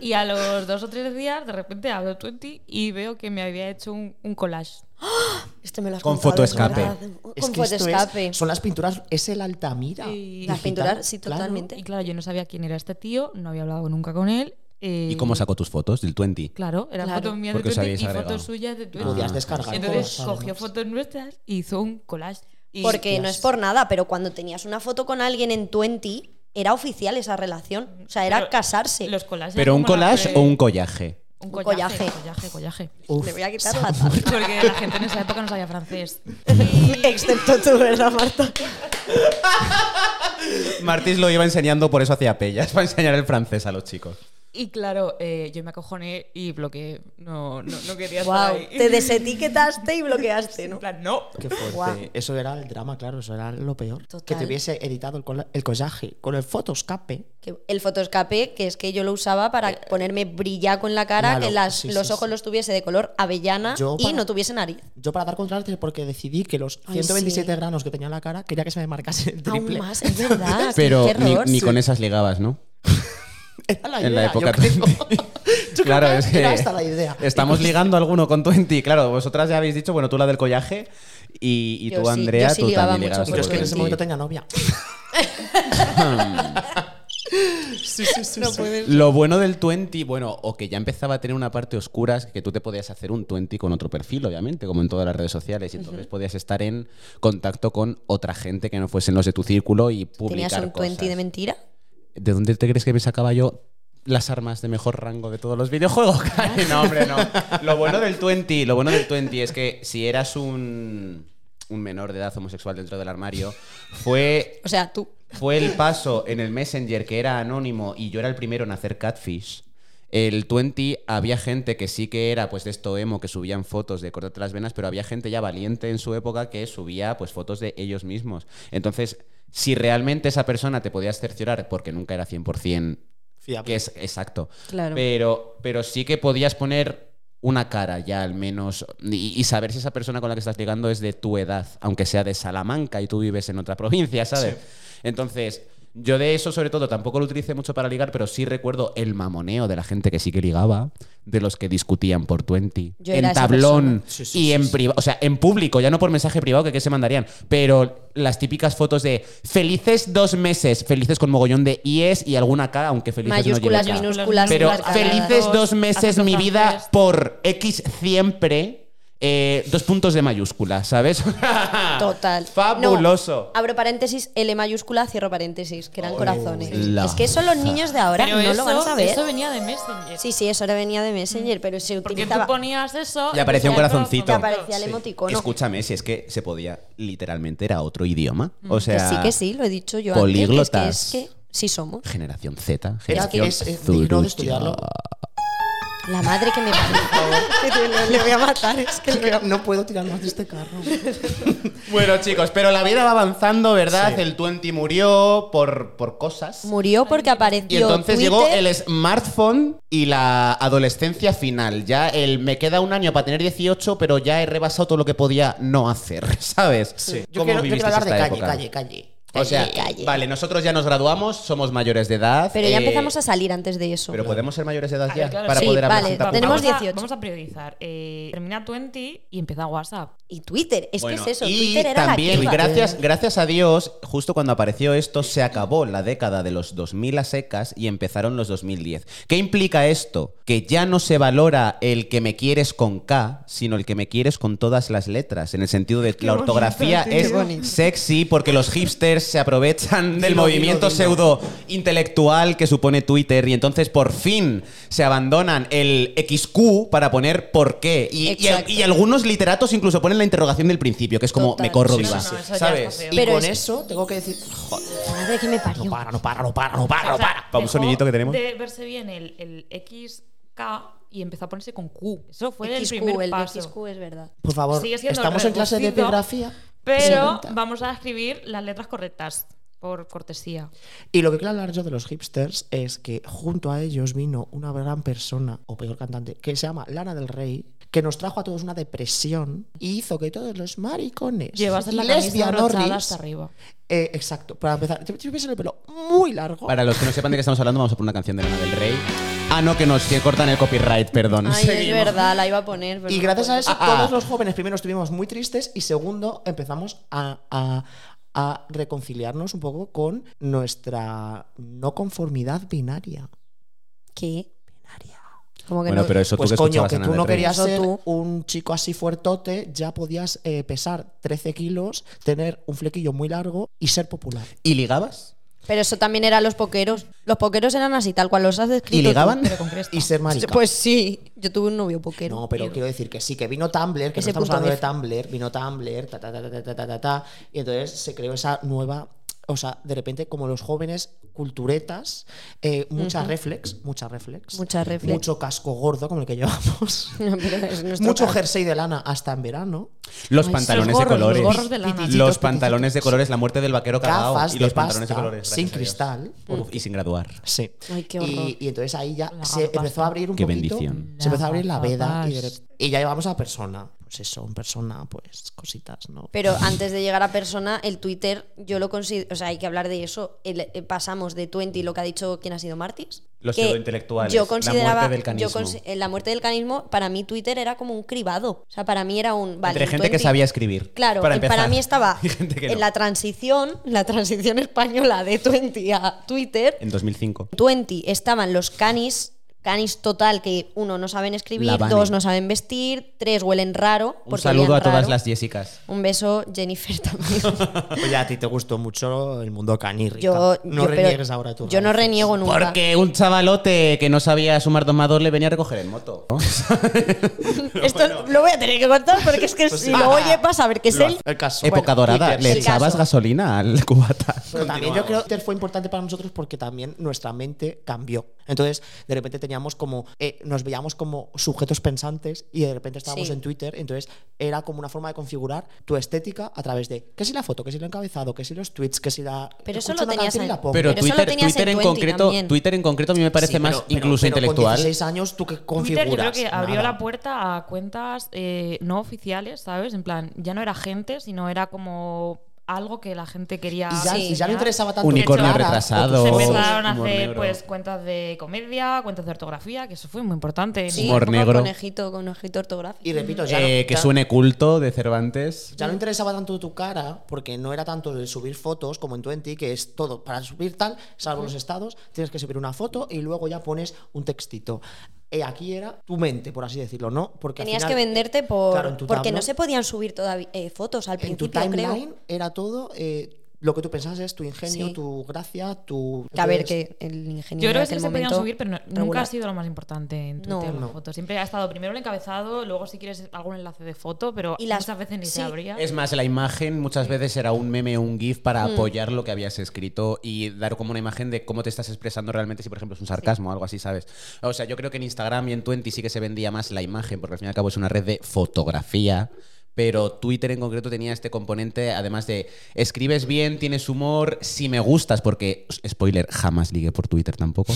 y a los dos o tres días, de repente hablo 20 y veo que me había hecho un, un collage.
Este me lo has
Con
contado, es
fotoescape.
verdad. Con
que esto
fotoescape.
son las pinturas, es el Altamira.
Y-
Las
Digital,
pinturas, sí,
claro.
totalmente.
Y claro, yo no sabía quién era este tío, no había hablado nunca con él. eh,
¿Y cómo sacó tus fotos del 20?
Claro, eran
Claro.
fotos mías de
Porque os
20
habéis
y
agregado.
fotos suyas de 20.
Podías
Ah.
descargar.
Entonces
cosas,
cogió
además.
fotos nuestras y hizo un collage. Y-
Porque no
Hostias.
es por nada, pero cuando tenías una foto con alguien en 20, era oficial esa relación. O sea, era
Pero
casarse.
Los collages.
¿Pero un
como la
collage
pre-
o un collaje?
Un
Un
collaje.
collaje.
Collaje, collaje.
Uf,
Le voy a quitar la taza.
Porque la gente en esa época no sabía francés.
Excepto tú, ¿verdad, Marta?
Martis lo iba enseñando, por eso hacía pellas, para enseñar el francés a los chicos.
Y claro, eh, yo me acojoné y bloqueé. No, no, no quería estar
Wow.
ahí.
Te desetiquetaste y bloqueaste,
En
¿no?
plan, no.
Qué fuerte.
Guau.
Eso era el drama, claro, eso era lo peor. Que
Total.
te hubiese editado el, colla- el collaje con el fotoscape.
Que el fotoescape, que es que yo lo usaba
Eh,
para ponerme brillaco en la cara,
claro,
que las,
sí,
los
sí,
ojos
sí.
los tuviese de color avellana
Yo
y
para-
no tuviese nariz.
Yo para dar contra el arte, porque decidí que los
Ay,
127
sí.
granos que tenía en la cara quería que se me marcase el triple.
Aún más, es verdad.
Pero
qué
ni,
error.
ni con esas ligabas, ¿no?
Era la idea,
En la época
yo creo.
20.
Yo creo
Claro,
que
es que
era hasta la idea.
estamos
Y-
ligando alguno con 20. Claro, vosotras ya habéis dicho, bueno, tú la del collaje y, y
Yo
tú,
sí,
Andrea,
yo sí
tú
ligaba
también
mucho
ligabas
con
Yo es que en
con
ese
20.
momento tenía novia. sí, sí, sí. sí.
Lo bueno del 20, bueno, o que ya empezaba a tener una parte oscura, es que tú te podías hacer un 20 con otro perfil, obviamente, como en todas las redes sociales, y entonces podías estar en contacto con otra gente que no fuesen los de tu círculo y publicar
¿Tenías un 20
cosas.
de mentira?
¿De dónde te crees que me sacaba yo las armas de mejor rango de todos los videojuegos? Cari? no, hombre, no. Lo bueno del 20, lo bueno del 20 es que si eras un, un menor de edad homosexual dentro del armario, fue,
O sea, tú.
fue el paso en el Messenger que era anónimo y yo era el primero en hacer catfish. El 20 había gente que sí que era pues de esto emo que subían fotos de cortarte las venas, pero había gente ya valiente en su época que subía pues fotos de ellos mismos. Entonces, si realmente esa persona te podías cerciorar porque nunca era 100%
Fiable.
que es exacto.
Claro.
Pero, pero sí que podías poner una cara ya al menos y, y saber si esa persona con la que estás ligando es de tu edad, aunque sea de Salamanca y tú vives en otra provincia, ¿sabes? Entonces, yo de eso sobre todo tampoco lo utilicé mucho para ligar, pero sí recuerdo el mamoneo de la gente que sí que ligaba, de los que discutían por 20,
Yo era
en
esa
tablón
Sí, sí,
y
sí,
en
sí.
privado, o sea, en público, ya no por mensaje privado que, que se mandarían, pero las típicas fotos de felices dos meses, felices con mogollón de IES y alguna K, aunque felices
Mayúsculas,
no lleve K.
minúsculas,
Pero
Las
felices
cargadas,
dos meses
acentos
mi vida
francés.
por X siempre. eh, dos puntos de mayúscula, ¿sabes?
Ah,
Total.
Fabuloso.
No, abro paréntesis, L mayúscula, cierro paréntesis, que eran corazones.
Oh, la
Es que eso los niños de ahora
Pero
no
eso,
lo van a saber.
eso venía de Messenger.
Sí, sí, eso ahora venía de Messenger, pero se
porque
utilizaba.
tú ponías eso.
Le aparecía un
decía
corazoncito.
Te
Te
aparecía el emoticono.
Escúchame, si es que se podía, literalmente era otro idioma. O
Mm. Que
sea,
sí, que sí, lo he dicho yo. Antes,
políglotas.
que es que sí somos.
generación Z,
Era que
generación
es,
eh,
es digno de
Zurucha.
estudiarlo.
La madre que me parió. Le voy a matar, es que le voy a-
No puedo tirar más de este carro.
Bueno, chicos, pero la vida va avanzando, ¿verdad?
Sí.
El 20 murió por, por cosas.
Murió porque
Y
apareció.
entonces
Twitter.
llegó el smartphone y la adolescencia final. Ya el me queda un año para tener 18, pero ya he rebasado todo lo que podía no hacer, ¿sabes? Sí.
Yo quiero, yo quiero hablar de calle, calle, calle.
O sea,
Calle, calle.
vale, nosotros ya nos graduamos, somos mayores de edad.
Pero ya
eh,
empezamos a salir antes de eso.
Pero podemos ser mayores de edad
A
ya
ver, claro,
para
sí,
poder hablar
vale,
sin tapujos.
tenemos
vamos a-
18.
vamos a priorizar. Eh, termina 20 y empieza WhatsApp.
Y Twitter, es
Bueno,
que es eso.
Y
Twitter era
también,
la activa.
gracias, gracias a Dios, justo cuando apareció esto, se acabó la década de los 2000 a secas y empezaron los 2010. ¿Qué implica esto? Que ya no se valora el que me quieres con K, sino el que me quieres con todas las letras, en el sentido de la ortografía
bonito, tío.
es
Qué bonito.
sexy porque los hipsters se aprovechan del
Dilo,
movimiento
dilo, dilo.
pseudo pseudo intelectual que supone Twitter y entonces por fin se abandonan el XQ para poner por qué. Y, y-
Exacto.
y algunos literatos incluso ponen la interrogación del principio, que es como
Total.
me corro
Sí,
viva.
sí, sí. Eso ya está
¿Sabes?
feo.
Y
Pero
con
es-
eso tengo que decir, joder,
Madre que me parió.
no para, no para, no para, no para,
O
no
sea,
para.
Para un
dejó
sonidito que tenemos.
De verse bien el, el XK y empezó a ponerse con Q. Eso fue el
XQ,
primer
el
paso.
XQ es verdad.
Por favor,
Sigue siendo
estamos en clase de
reducido,
epigrafía.
Pero
Sí.
vamos a escribir las letras correctas, por cortesía.
Y lo que quiero hablar yo de los hipsters es que junto a ellos vino una gran persona, o peor cantante, que se llama Lana del Rey, que nos trajo a todos una depresión y hizo que todos los maricones
Llevas la camisa abrochada hasta
lesbianorris...
arriba.
Eh, exacto, para empezar, te- te ves el pelo muy largo.
Para los que no sepan de qué estamos hablando, vamos a poner una canción de Lana del Rey. Ah, no, que nos que cortan el copyright, perdón.
Ay, es
Seguimos.
verdad, la iba a poner. pero
Y
no
gracias a
puedo.
eso,
Ah, ah.
todos los jóvenes primero estuvimos muy tristes y segundo empezamos a, a- a reconciliarnos un poco con nuestra no conformidad binaria.
¿Qué?
Binaria.
Como que
Bueno,
no.
pero eso
Pues
tú que
coño,
escuchabas
que
a
tú
Lana
no
del Rey.
querías
Eso
ser
tú.
un chico así fuertote, ya podías eh, pesar 13 kilos, tener un flequillo muy largo y ser popular.
¿Y ligabas?
Pero eso también eran los poqueros. Los poqueros eran así, tal cual los has descrito.
¿Y
tú.
ligaban?
Pero con cresta.
Y ser marica.
Pues sí, yo tuve un novio poquero.
no, pero quiero decir que sí, que vino Tumblr, que no
Ese
estamos
punto
hablando de
F.
Tumblr, vino Tumblr, ta ta ta ta ta ta ta ta, ta, y entonces se creó esa nueva, o sea, de repente como los jóvenes culturetas, eh, mucha reflex, mucha reflex,
Mucha reflex.
mucho casco gordo como el que llevamos,
No, pero es nuestro
mucho
caso.
jersey de lana hasta en verano,
Los
Ay,
pantalones
los gorros,
de colores.
los gorros de lana.
Los
Pitititos,
pantalones de
pitititos.
colores, la muerte del vaquero cagao.
gafas
Y
de
los pantalones de
pasta,
colores.
sin
gracias a Dios.
cristal.
Uf, y sin graduar.
Sí.
Ay, qué horror.
y, y entonces ahí ya
La
se
gafas.
empezó a abrir un
Qué
poquito.
bendición.
Se empezó a abrir la
La
veda. Y, de
gafas.
rep- y ya llevamos a persona. Pues eso, en persona, pues cositas, ¿no?
Pero antes de llegar a persona, el Twitter, yo lo considero. O sea, hay que hablar de eso. El- eh, pasamos de 20, lo que ha dicho quién ha sido Martis.
Los
que
pseudointelectuales,
Yo
la
consideraba.
muerte del canismo.
yo consi- eh, la muerte del canismo, para mí Twitter era como un cribado. O sea, para mí era un. Vale,
Entre
un
gente que
20.
sabía escribir.
Claro,
para,
eh, para,
empezar.
mí estaba
Y gente que
en
no.
la transición, la transición española de 20 a Twitter.
En 2005.
20 estaban los canis, canis total, que uno no saben escribir,
La Vane.
dos no saben vestir, tres huelen raro.
Un
porque
saludo
olían
a todas
raro.
las Jessicas.
Un beso, Jennifer también.
Oye, a ti te gustó mucho el mundo canirrica.
yo
no
yo- pero
reniegues ahora tú.
Yo no
Rafa.
reniego nunca.
Porque un chavalote que no sabía sumar dos más dos le venía a recoger en moto.
Esto lo voy a tener que contar porque es que si
Pues sí. Ah,
lo oye vas a ver que es
Lo
él.
hace. El caso.
Época
Bueno,
dorada.
Twitter,
le
sí.
echabas
Caso.
gasolina al cubata.
Pues Pero también yo creo que Twitter fue importante para nosotros porque también nuestra mente cambió. Entonces, de repente teníamos como, eh, nos veíamos como sujetos pensantes y de repente estábamos
Sí.
en Twitter, entonces era como una forma de configurar tu estética a través de, ¿qué si la foto? ¿Qué si lo encabezado? ¿Qué si los tweets? ¿Qué si la...
Pero eso
escucho
lo
una
tenías
canción y
en-
la pongo.
Pero,
Pero eso lo
Twitter,
tenías
Twitter
en
en
20
concreto,
también.
Twitter en concreto a mí me parece
Sí,
más
pero- pero-
incluso
pero
intelectual.
Con 16 años, ¿tú qué configuras?
Twitter yo creo que abrió
Nada.
la puerta a cuentas eh, no oficiales, ¿sabes? En plan, ya no era gente, sino era como algo que la gente quería.
Y ya,
Sí.
y ya no interesaba tanto.
Unicornio
De hecho,
retrasado.
Se
Oh,
empezaron a
humor
hacer
negro.
pues cuentas de comedia, cuentas de ortografía, que eso fue muy importante. en-
Sí,
Humor
un poco
negro.
Conejito, conejito ortográfico.
Y repito, ya, no-
Eh, que
ya-
suene culto de Cervantes.
Mm.
ya no interesaba tanto tu cara, porque no era tanto el subir fotos como en Twenty, que es todo. Para subir tal, salvo
Mm.
los estados, tienes que subir una foto y luego ya pones un textito. Eh, aquí era tu mente, por así decirlo, ¿no? Porque al
Tenías
final,
que venderte por
claro, en tu
porque no
tablo-
se podían subir todavía eh, fotos al
En tu
principio,
timeline
creo.
era todo eh, lo que tú pensabas es tu ingenio,
Sí.
tu gracia, tu.
Que a ver,
entonces,
que el ingeniero
Yo creo que
en
sí
aquel
se podían
momento
subir, pero no- nunca
regular.
ha sido lo más importante en
No.
Twitter las
No.
fotos. Siempre ha estado primero el encabezado, luego si quieres algún enlace de foto, pero
Y las-
muchas veces ni
sí.
se abría.
Es más, la imagen muchas veces era un meme o un GIF para apoyar lo que habías escrito y dar como una imagen de cómo te estás expresando realmente, si por ejemplo es un sarcasmo o algo así, ¿sabes? O sea, yo creo que en Instagram y en Twenty sí que se vendía más la imagen, porque al fin y al cabo es una red de fotografía. Pero Twitter en concreto tenía este componente, además de escribes bien, tienes humor, si me gustas, porque, spoiler, jamás ligué por Twitter tampoco.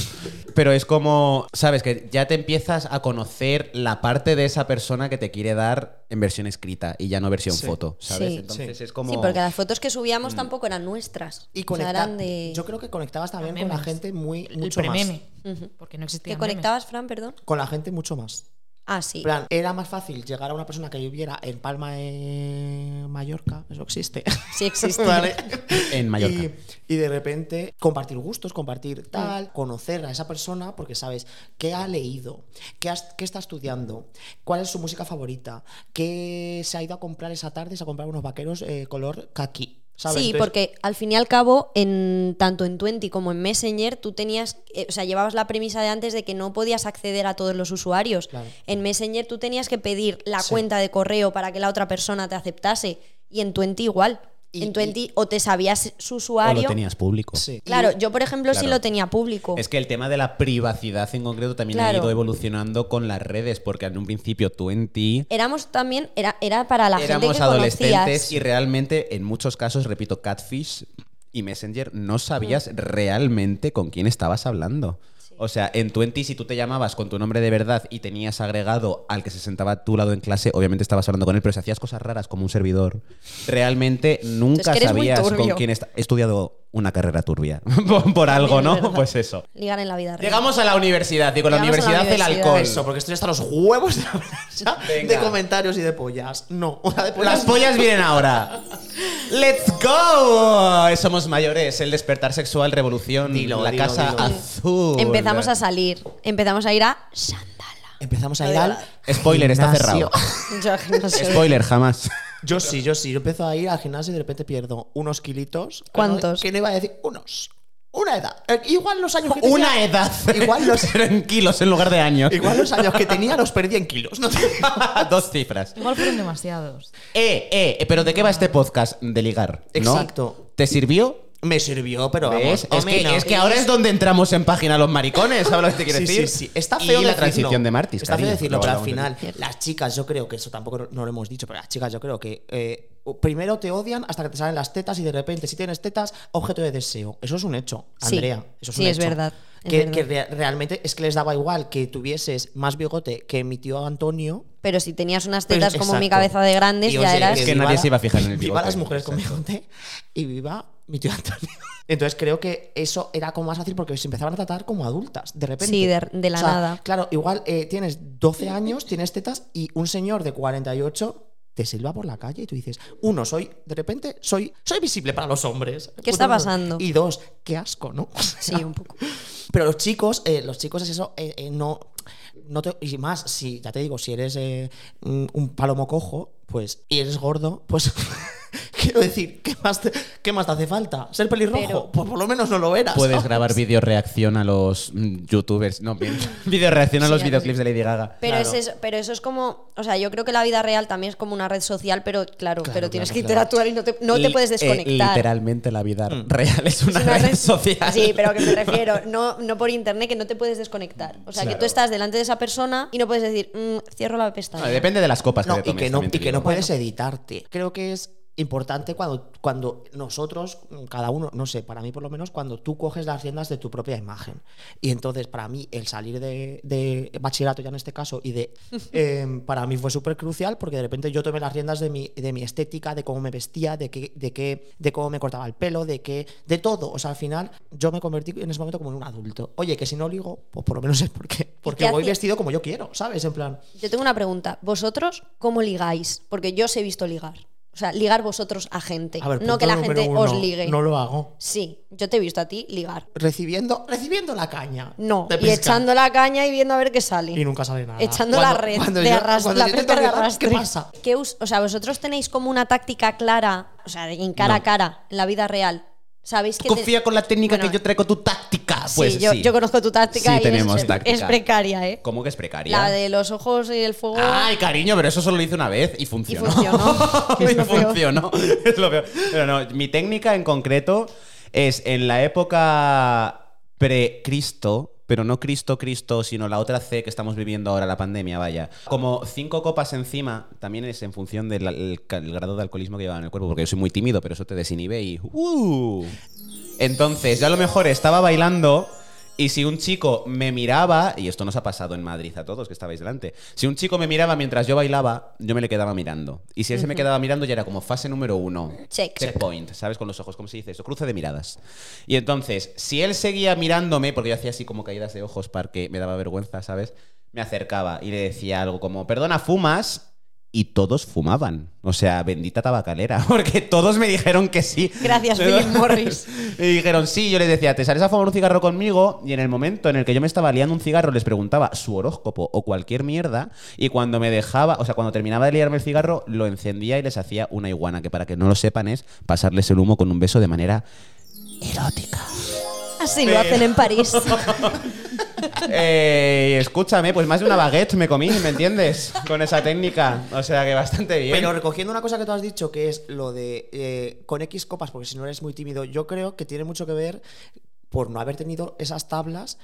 Pero es como, sabes, que ya te empiezas a conocer la parte de esa persona que te quiere dar en versión escrita y ya no versión
Sí.
foto, ¿sabes?
Sí.
Entonces
Sí.
es como.
Sí, porque las fotos que subíamos tampoco eran nuestras.
Mm. Y
O sea,
conecta-
eran de...
Yo creo que conectabas también con la
memes.
gente muy,
el
mucho más.
prememe, porque no existía.
¿Que conectabas, Fran, perdón?
Con la gente mucho más.
Ah, sí.
En plan, era más fácil llegar a una persona que viviera en Palma de Mallorca, eso existe.
Sí existe.
Vale.
En Mallorca.
Y, y de repente compartir gustos, compartir
Mm.
tal, conocer a esa persona porque sabes qué ha leído, qué, has- qué está estudiando, cuál es su música favorita, qué se ha ido a comprar esa tarde, se ha comprado unos vaqueros eh, color kaki. ¿sabes?
Sí,
Entonces,
porque al fin y al cabo, en, tanto en Twenty como en Messenger, tú tenías, eh, o sea, llevabas la premisa de antes de que no podías acceder a todos los usuarios.
Claro.
En Messenger tú tenías que pedir la
Sí.
cuenta de correo para que la otra persona te aceptase. Y en Twenty igual.
Y-
en Twenty
y-
o te sabías su
O lo
usuario.
tenías público.
Sí.
Claro, yo por ejemplo sí
Claro.
lo tenía público.
Es que el tema de la privacidad en concreto también
Claro.
ha ido evolucionando con las redes, porque en un principio tú en ti
Éramos también, era, era para la gente
éramos
que
adolescentes
conocías.
y realmente en muchos casos, repito, Catfish y Messenger, no sabías realmente con quién estabas hablando. O sea, en Twenty, si tú te llamabas con tu nombre de verdad y tenías agregado al que se sentaba a tu lado en clase, obviamente estabas hablando con él, pero si hacías cosas raras como un servidor, realmente nunca
que eres muy
sabías con
turbio.
quién estabas. He estudiado una carrera turbia por, por algo,
es
¿no?
verdad.
Pues eso.
Ligar en la vida real.
Llegamos a la universidad y con la
Llegamos a
universidad,
la
el
universidad.
alcohol.
Eso, porque estoy hasta los huevos de, hablar ya de
Venga.
comentarios y de pollas. No, una de pollas.
Las pollas vienen ahora. ¡Let's go! Somos mayores, el despertar sexual, revolución,
Dilo,
la
dilo,
casa
dilo.
azul.
Empezamos a salir, empezamos a ir a Sandala.
Empezamos a ir al.
Spoiler, está
gimnasio.
cerrado.
Yo no sé.
Spoiler, jamás.
Yo sí, yo sí. Yo empiezo a ir al gimnasio y de repente pierdo unos kilitos.
¿Cuántos?
Que no iba a decir unos. Una edad. Eh, Igual los años que tenía-
Una edad.
Igual los,
Pero en kilos en lugar de años.
igual los años que tenía los perdí en kilos. No te-
Dos cifras.
Igual fueron demasiados.
Eh, eh, eh, pero ¿de qué va este podcast? De ligar. ¿no?
Exacto.
¿Te sirvió?
Me sirvió, pero
¿Ves?
vamos.
Es
hombre, no.
que, es que ahora es donde entramos en página los maricones, ¿sabes lo que te quiero
Sí,
decir?
sí, sí. Está feo
y
decirlo.
la transición de Martis.
Está feo
cariño,
decirlo,
lo
pero al
hablamos de-
final, las chicas, yo creo que eso tampoco no- no lo hemos dicho, pero las chicas, yo creo que eh, primero te odian hasta que te salen las tetas y de repente, si tienes tetas, objeto de deseo. Eso es un hecho,
Sí.
Andrea. Eso es
Sí,
un
es
hecho.
verdad, es
Que,
verdad.
que rea- realmente es que les daba igual que tuvieses más bigote que mi tío Antonio.
Pero si tenías unas
Pues,
tetas como mi
exacto.
cabeza de grandes,
Y,
ya
oye,
eras.
Es que nadie se iba a fijar en el
Viva
bigote,
las mujeres con
exacto.
bigote y viva mi tío Antonio. Entonces creo que eso era como más fácil porque se empezaban a tratar como adultas, de repente.
Sí, de- de la nada.
Claro, igual eh, tienes 12 años, tienes tetas y un señor de 48 te silba por la calle y tú dices, uno, soy, de repente, soy, soy visible para los hombres.
¿Qué está pasando?
Y dos, qué asco, ¿no?
Sí, un poco.
Pero los chicos, eh, los chicos es eso, eh, eh, no, no te- y más, si, ya te digo, si eres eh, un un palomo cojo, pues, y eres gordo, pues Quiero decir, ¿qué más te, qué más te hace falta? ¿Ser pelirrojo?
Pero-
pues por lo menos no lo eras.
Puedes
¿sabes?
grabar video reacción a los mm, youtubers. No, bien. video reacción a
Sí,
los
a-
videoclips de Lady Gaga.
Pero,
Claro.
es eso, pero eso es como, o sea, yo creo que la vida real también es como una red social, pero claro,
Claro,
pero tienes
claro,
que
claro.
interactuar y no te, no te
Li-
puedes
eh,
desconectar.
literalmente la vida real es una,
Es una
red,
red-
social.
Sí, pero que me refiero, no, no por internet, que no te puedes desconectar. O sea, que tú estás delante de esa persona y no puedes decir, "Mm, cierro la
Ah,
pestaña.
depende de las copas
No,
que te
y
tomes,
que no,
también te
y que
digo.
no puedes editarte. Creo que es importante cuando, cuando nosotros, cada uno, no sé, para mí por lo menos, cuando tú coges las riendas de tu propia imagen. Y entonces, para mí, el salir de, de bachillerato ya en este caso, y de eh, para mí fue súper crucial porque de repente yo tomé las riendas de mi, de mi estética, de cómo me vestía, de, qué, de, qué, de cómo me cortaba el pelo, de qué, de todo. O sea, al final yo me convertí en ese momento como en un adulto. Oye, que si no ligo, pues por lo menos es porque, porque
qué
voy
hace-
vestido como yo quiero, ¿sabes? En plan...
Yo tengo una pregunta. ¿Vosotros cómo ligáis? Porque yo os he visto ligar. O sea, ligar vosotros a gente.
A ver,
Eh, no
punto
que la
número
gente
uno,
os ligue.
No lo hago.
Sí, yo te he visto a ti ligar.
Recibiendo, recibiendo la caña.
No,
de
y
pescar.
echando la caña y viendo a ver qué sale.
Y nunca sale nada.
Echando
Cuando-
la red
cuando
de
yo-
arras-
cuando
la
yo
red
intento
de
ligar,
arrastre.
¿Qué pasa?
¿Qué us- o sea, vosotros tenéis como una táctica clara, o sea, en cara a cara, en la vida real. ¿Sabéis que te-
Confía con la técnica
Bueno,
que yo traigo tu táctica.
sí,
Pues
yo, yo conozco tu táctica
Sí,
y
tenemos
es,
táctica.
es precaria, ¿eh?
¿Cómo que es precaria?
La de los ojos y el fuego.
Ay, cariño, pero eso solo lo hice una vez y
y
funcionó.
funcionó. que es
Y
lo peor.
funcionó. Es lo peor. Pero no, mi técnica en concreto es en la época pre-Cristo, pero no Cristo Cristo, sino la otra C que estamos viviendo ahora, la pandemia, vaya. Como cinco copas encima, también es en función del el ca- el grado de alcoholismo que llevaba en el cuerpo, porque yo soy muy tímido, pero eso te desinhibe y... ¡uh! Entonces, yo a lo mejor estaba bailando y si un chico me miraba, y esto nos ha pasado en Madrid a todos que estabais delante, si un chico me miraba mientras yo bailaba, yo me le quedaba mirando. Y si él se me quedaba mirando ya era como fase número uno.
Check.
Checkpoint, ¿sabes? Con los ojos, ¿cómo se dice eso? Cruce de miradas. Y entonces, si él seguía mirándome, porque yo hacía así como caídas de ojos para que me daba vergüenza, ¿sabes? Me acercaba y le decía algo como, perdona, ¿fumas? Y todos fumaban. O sea, bendita tabacalera, porque todos me dijeron que sí.
Gracias, Philip Morris.
Y dijeron, sí, yo les decía, ¿te sales a fumar un cigarro conmigo? Y en el momento en el que yo me estaba liando un cigarro, les preguntaba su horóscopo o cualquier mierda. Y cuando me dejaba, o sea, cuando terminaba de liarme el cigarro, lo encendía y les hacía una iguana, que para que no lo sepan es pasarles el humo con un beso de manera erótica.
Así lo hacen en París.
Eh, escúchame, pues más de una baguette me comí, ¿me entiendes? Con esa técnica. O sea que bastante bien.
Pero recogiendo una cosa que tú has dicho, que es lo de eh, con X copas, porque si no eres muy tímido, yo creo que tiene mucho que ver por no haber tenido esas tablas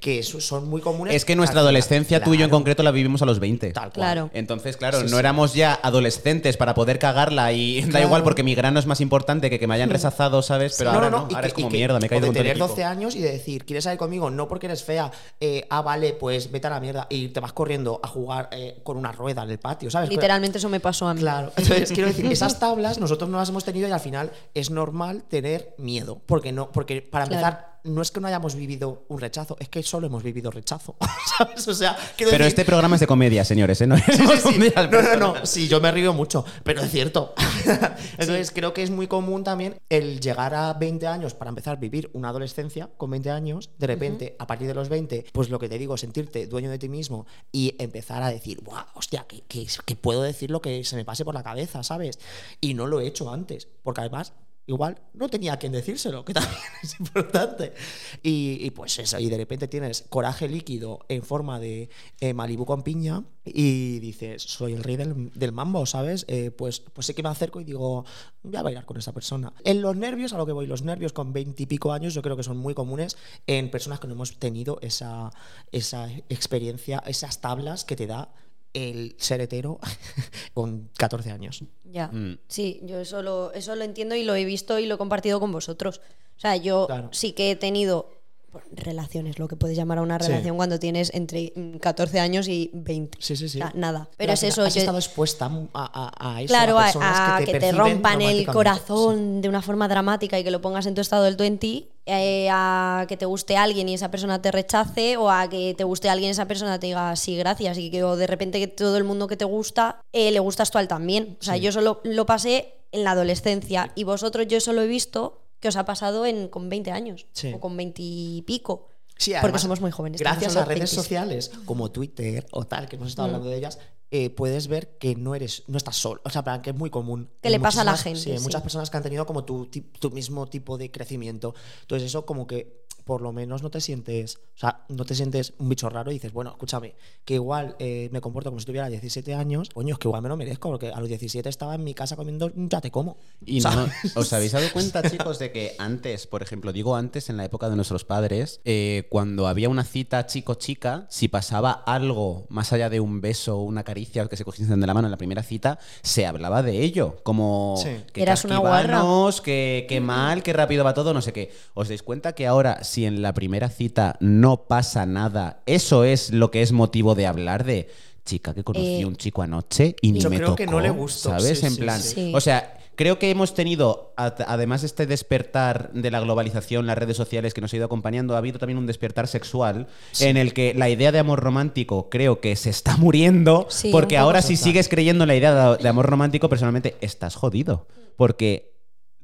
que eso- son muy comunes.
es que nuestra
Al final,
adolescencia, tú y yo en
claro,
concreto, la vivimos a los 20.
Tal cual.
Claro.
Entonces, claro,
Sí,
no
sí.
éramos ya adolescentes para poder cagarla y da
Claro.
igual porque mi grano es más importante que que me hayan rechazado, ¿sabes? Pero
No,
ahora
no,
no,
no, y
ahora
que-
es como
y que-
mierda, me he
o
caído
de
con todo el
tener
equipo.
12 años y de decir, ¿quieres salir conmigo? No porque eres fea. eh, ah, vale, pues vete a la mierda. Y te vas corriendo a jugar eh, con una rueda en el patio, ¿sabes?
Literalmente eso me pasó a mí.
Claro. Entonces, quiero decir, esas tablas nosotros no las hemos tenido y al final es normal tener miedo. Porque no, porque para
Claro.
empezar, no es que no hayamos vivido un rechazo, es que solo hemos vivido rechazo. ¿Sabes? O sea, quiero
Pero
decir.
este programa es de comedia, señores, ¿eh? No
Sí,
hemos
sí, sí.
hundido al
No, no,
personaje.
no. Sí, yo me río mucho, pero es cierto. Entonces, creo que es muy común también el llegar a 20 años para empezar a vivir una adolescencia con 20 años. De repente, a partir de los 20, pues lo que te digo, sentirte dueño de ti mismo y empezar a decir, ¡guau! Hostia, que, que- que puedo decir lo que se me pase por la cabeza, ¿sabes? Y no lo he hecho antes, porque además. Igual no tenía a quien decírselo, que también es importante. Y, y pues eso, y de repente tienes coraje líquido en forma de eh, Malibu con piña y dices, soy el rey del, del mambo, ¿sabes? Eh, pues, pues sí que me acerco y digo, voy a bailar con esa persona. En los nervios, a lo que voy, los nervios con veintipico años yo creo que son muy comunes en personas que no hemos tenido esa, esa experiencia, esas tablas que te da el ser hetero con 14 años.
Ya.
Mm.
Sí, yo eso lo, eso lo entiendo y lo he visto y lo he compartido con vosotros. O sea, yo
Claro.
sí que he tenido pues, relaciones, lo que puedes llamar a una
Sí.
relación cuando tienes entre mm, 14 años y 20.
Sí, sí, sí.
O sea, nada. Pero,
al
es
final
eso.
Has
yo-
estado expuesta a, a- a eso.
claro,
a,
a,
personas
a que, te
perciben
rompan el
románticamente.
corazón
Sí.
de una forma dramática y que lo pongas en tu estado del 20, eh, a que te guste alguien y esa persona te rechace, o a que te guste alguien y esa persona te diga sí, gracias, y que o de repente que todo el mundo que te gusta eh, le gustas tú al también. O sea, yo solo lo pasé en la adolescencia y vosotros yo solo he visto que os ha pasado en, con 20 años
Sí.
o con 20 y pico.
Sí,
Porque somos muy jóvenes, tenemos
Gracias a
solo
redes
26.
sociales como Twitter o tal, que hemos estado hablando de ellas, eh, puedes ver que no eres, no estás solo. O sea, en plan, que es muy común.
Que
en
le pasa a la
muchísimas-
gente,
Sí, en
sí.
muchas personas que han tenido como tu, ti- tu mismo tipo de crecimiento. Entonces, eso como que por lo menos no te sientes, o sea, no te sientes un bicho raro y dices, bueno, escúchame, que igual eh, me comporto como si tuviera 17 años, coño, es que igual me lo merezco, porque a los 17 estaba en mi casa comiendo, un ya te como.
Y no-
¿sabes?
¿Os habéis dado cuenta, chicos, de que antes, por ejemplo, digo antes, en la época de nuestros padres, eh, cuando había una cita chico-chica, si pasaba algo más allá de un beso o una caricia o que se cogiesen de la mano en la primera cita, se hablaba de ello. Como
Sí.
que
Eras una guarra.
casquivanos, que, que mal, que rápido va todo, no sé qué. ¿Os dais cuenta que ahora, si en la primera cita no pasa nada, eso es lo que es motivo de hablar de. Chica, que conocí
Eh,
un chico anoche y ni
Yo
me
creo que
tocó",
no le gustó,
¿Sabes?
sí,
en
sí,
plan,
sí.
Sí.
o sea, creo que hemos tenido, a- además de este despertar de la globalización, las redes sociales que nos ha ido acompañando, ha habido también un despertar sexual en el que la idea de amor romántico creo que se está muriendo,
Sí,
porque
un poco
ahora si
total.
sigues creyendo en la idea de, de amor romántico, personalmente estás jodido, porque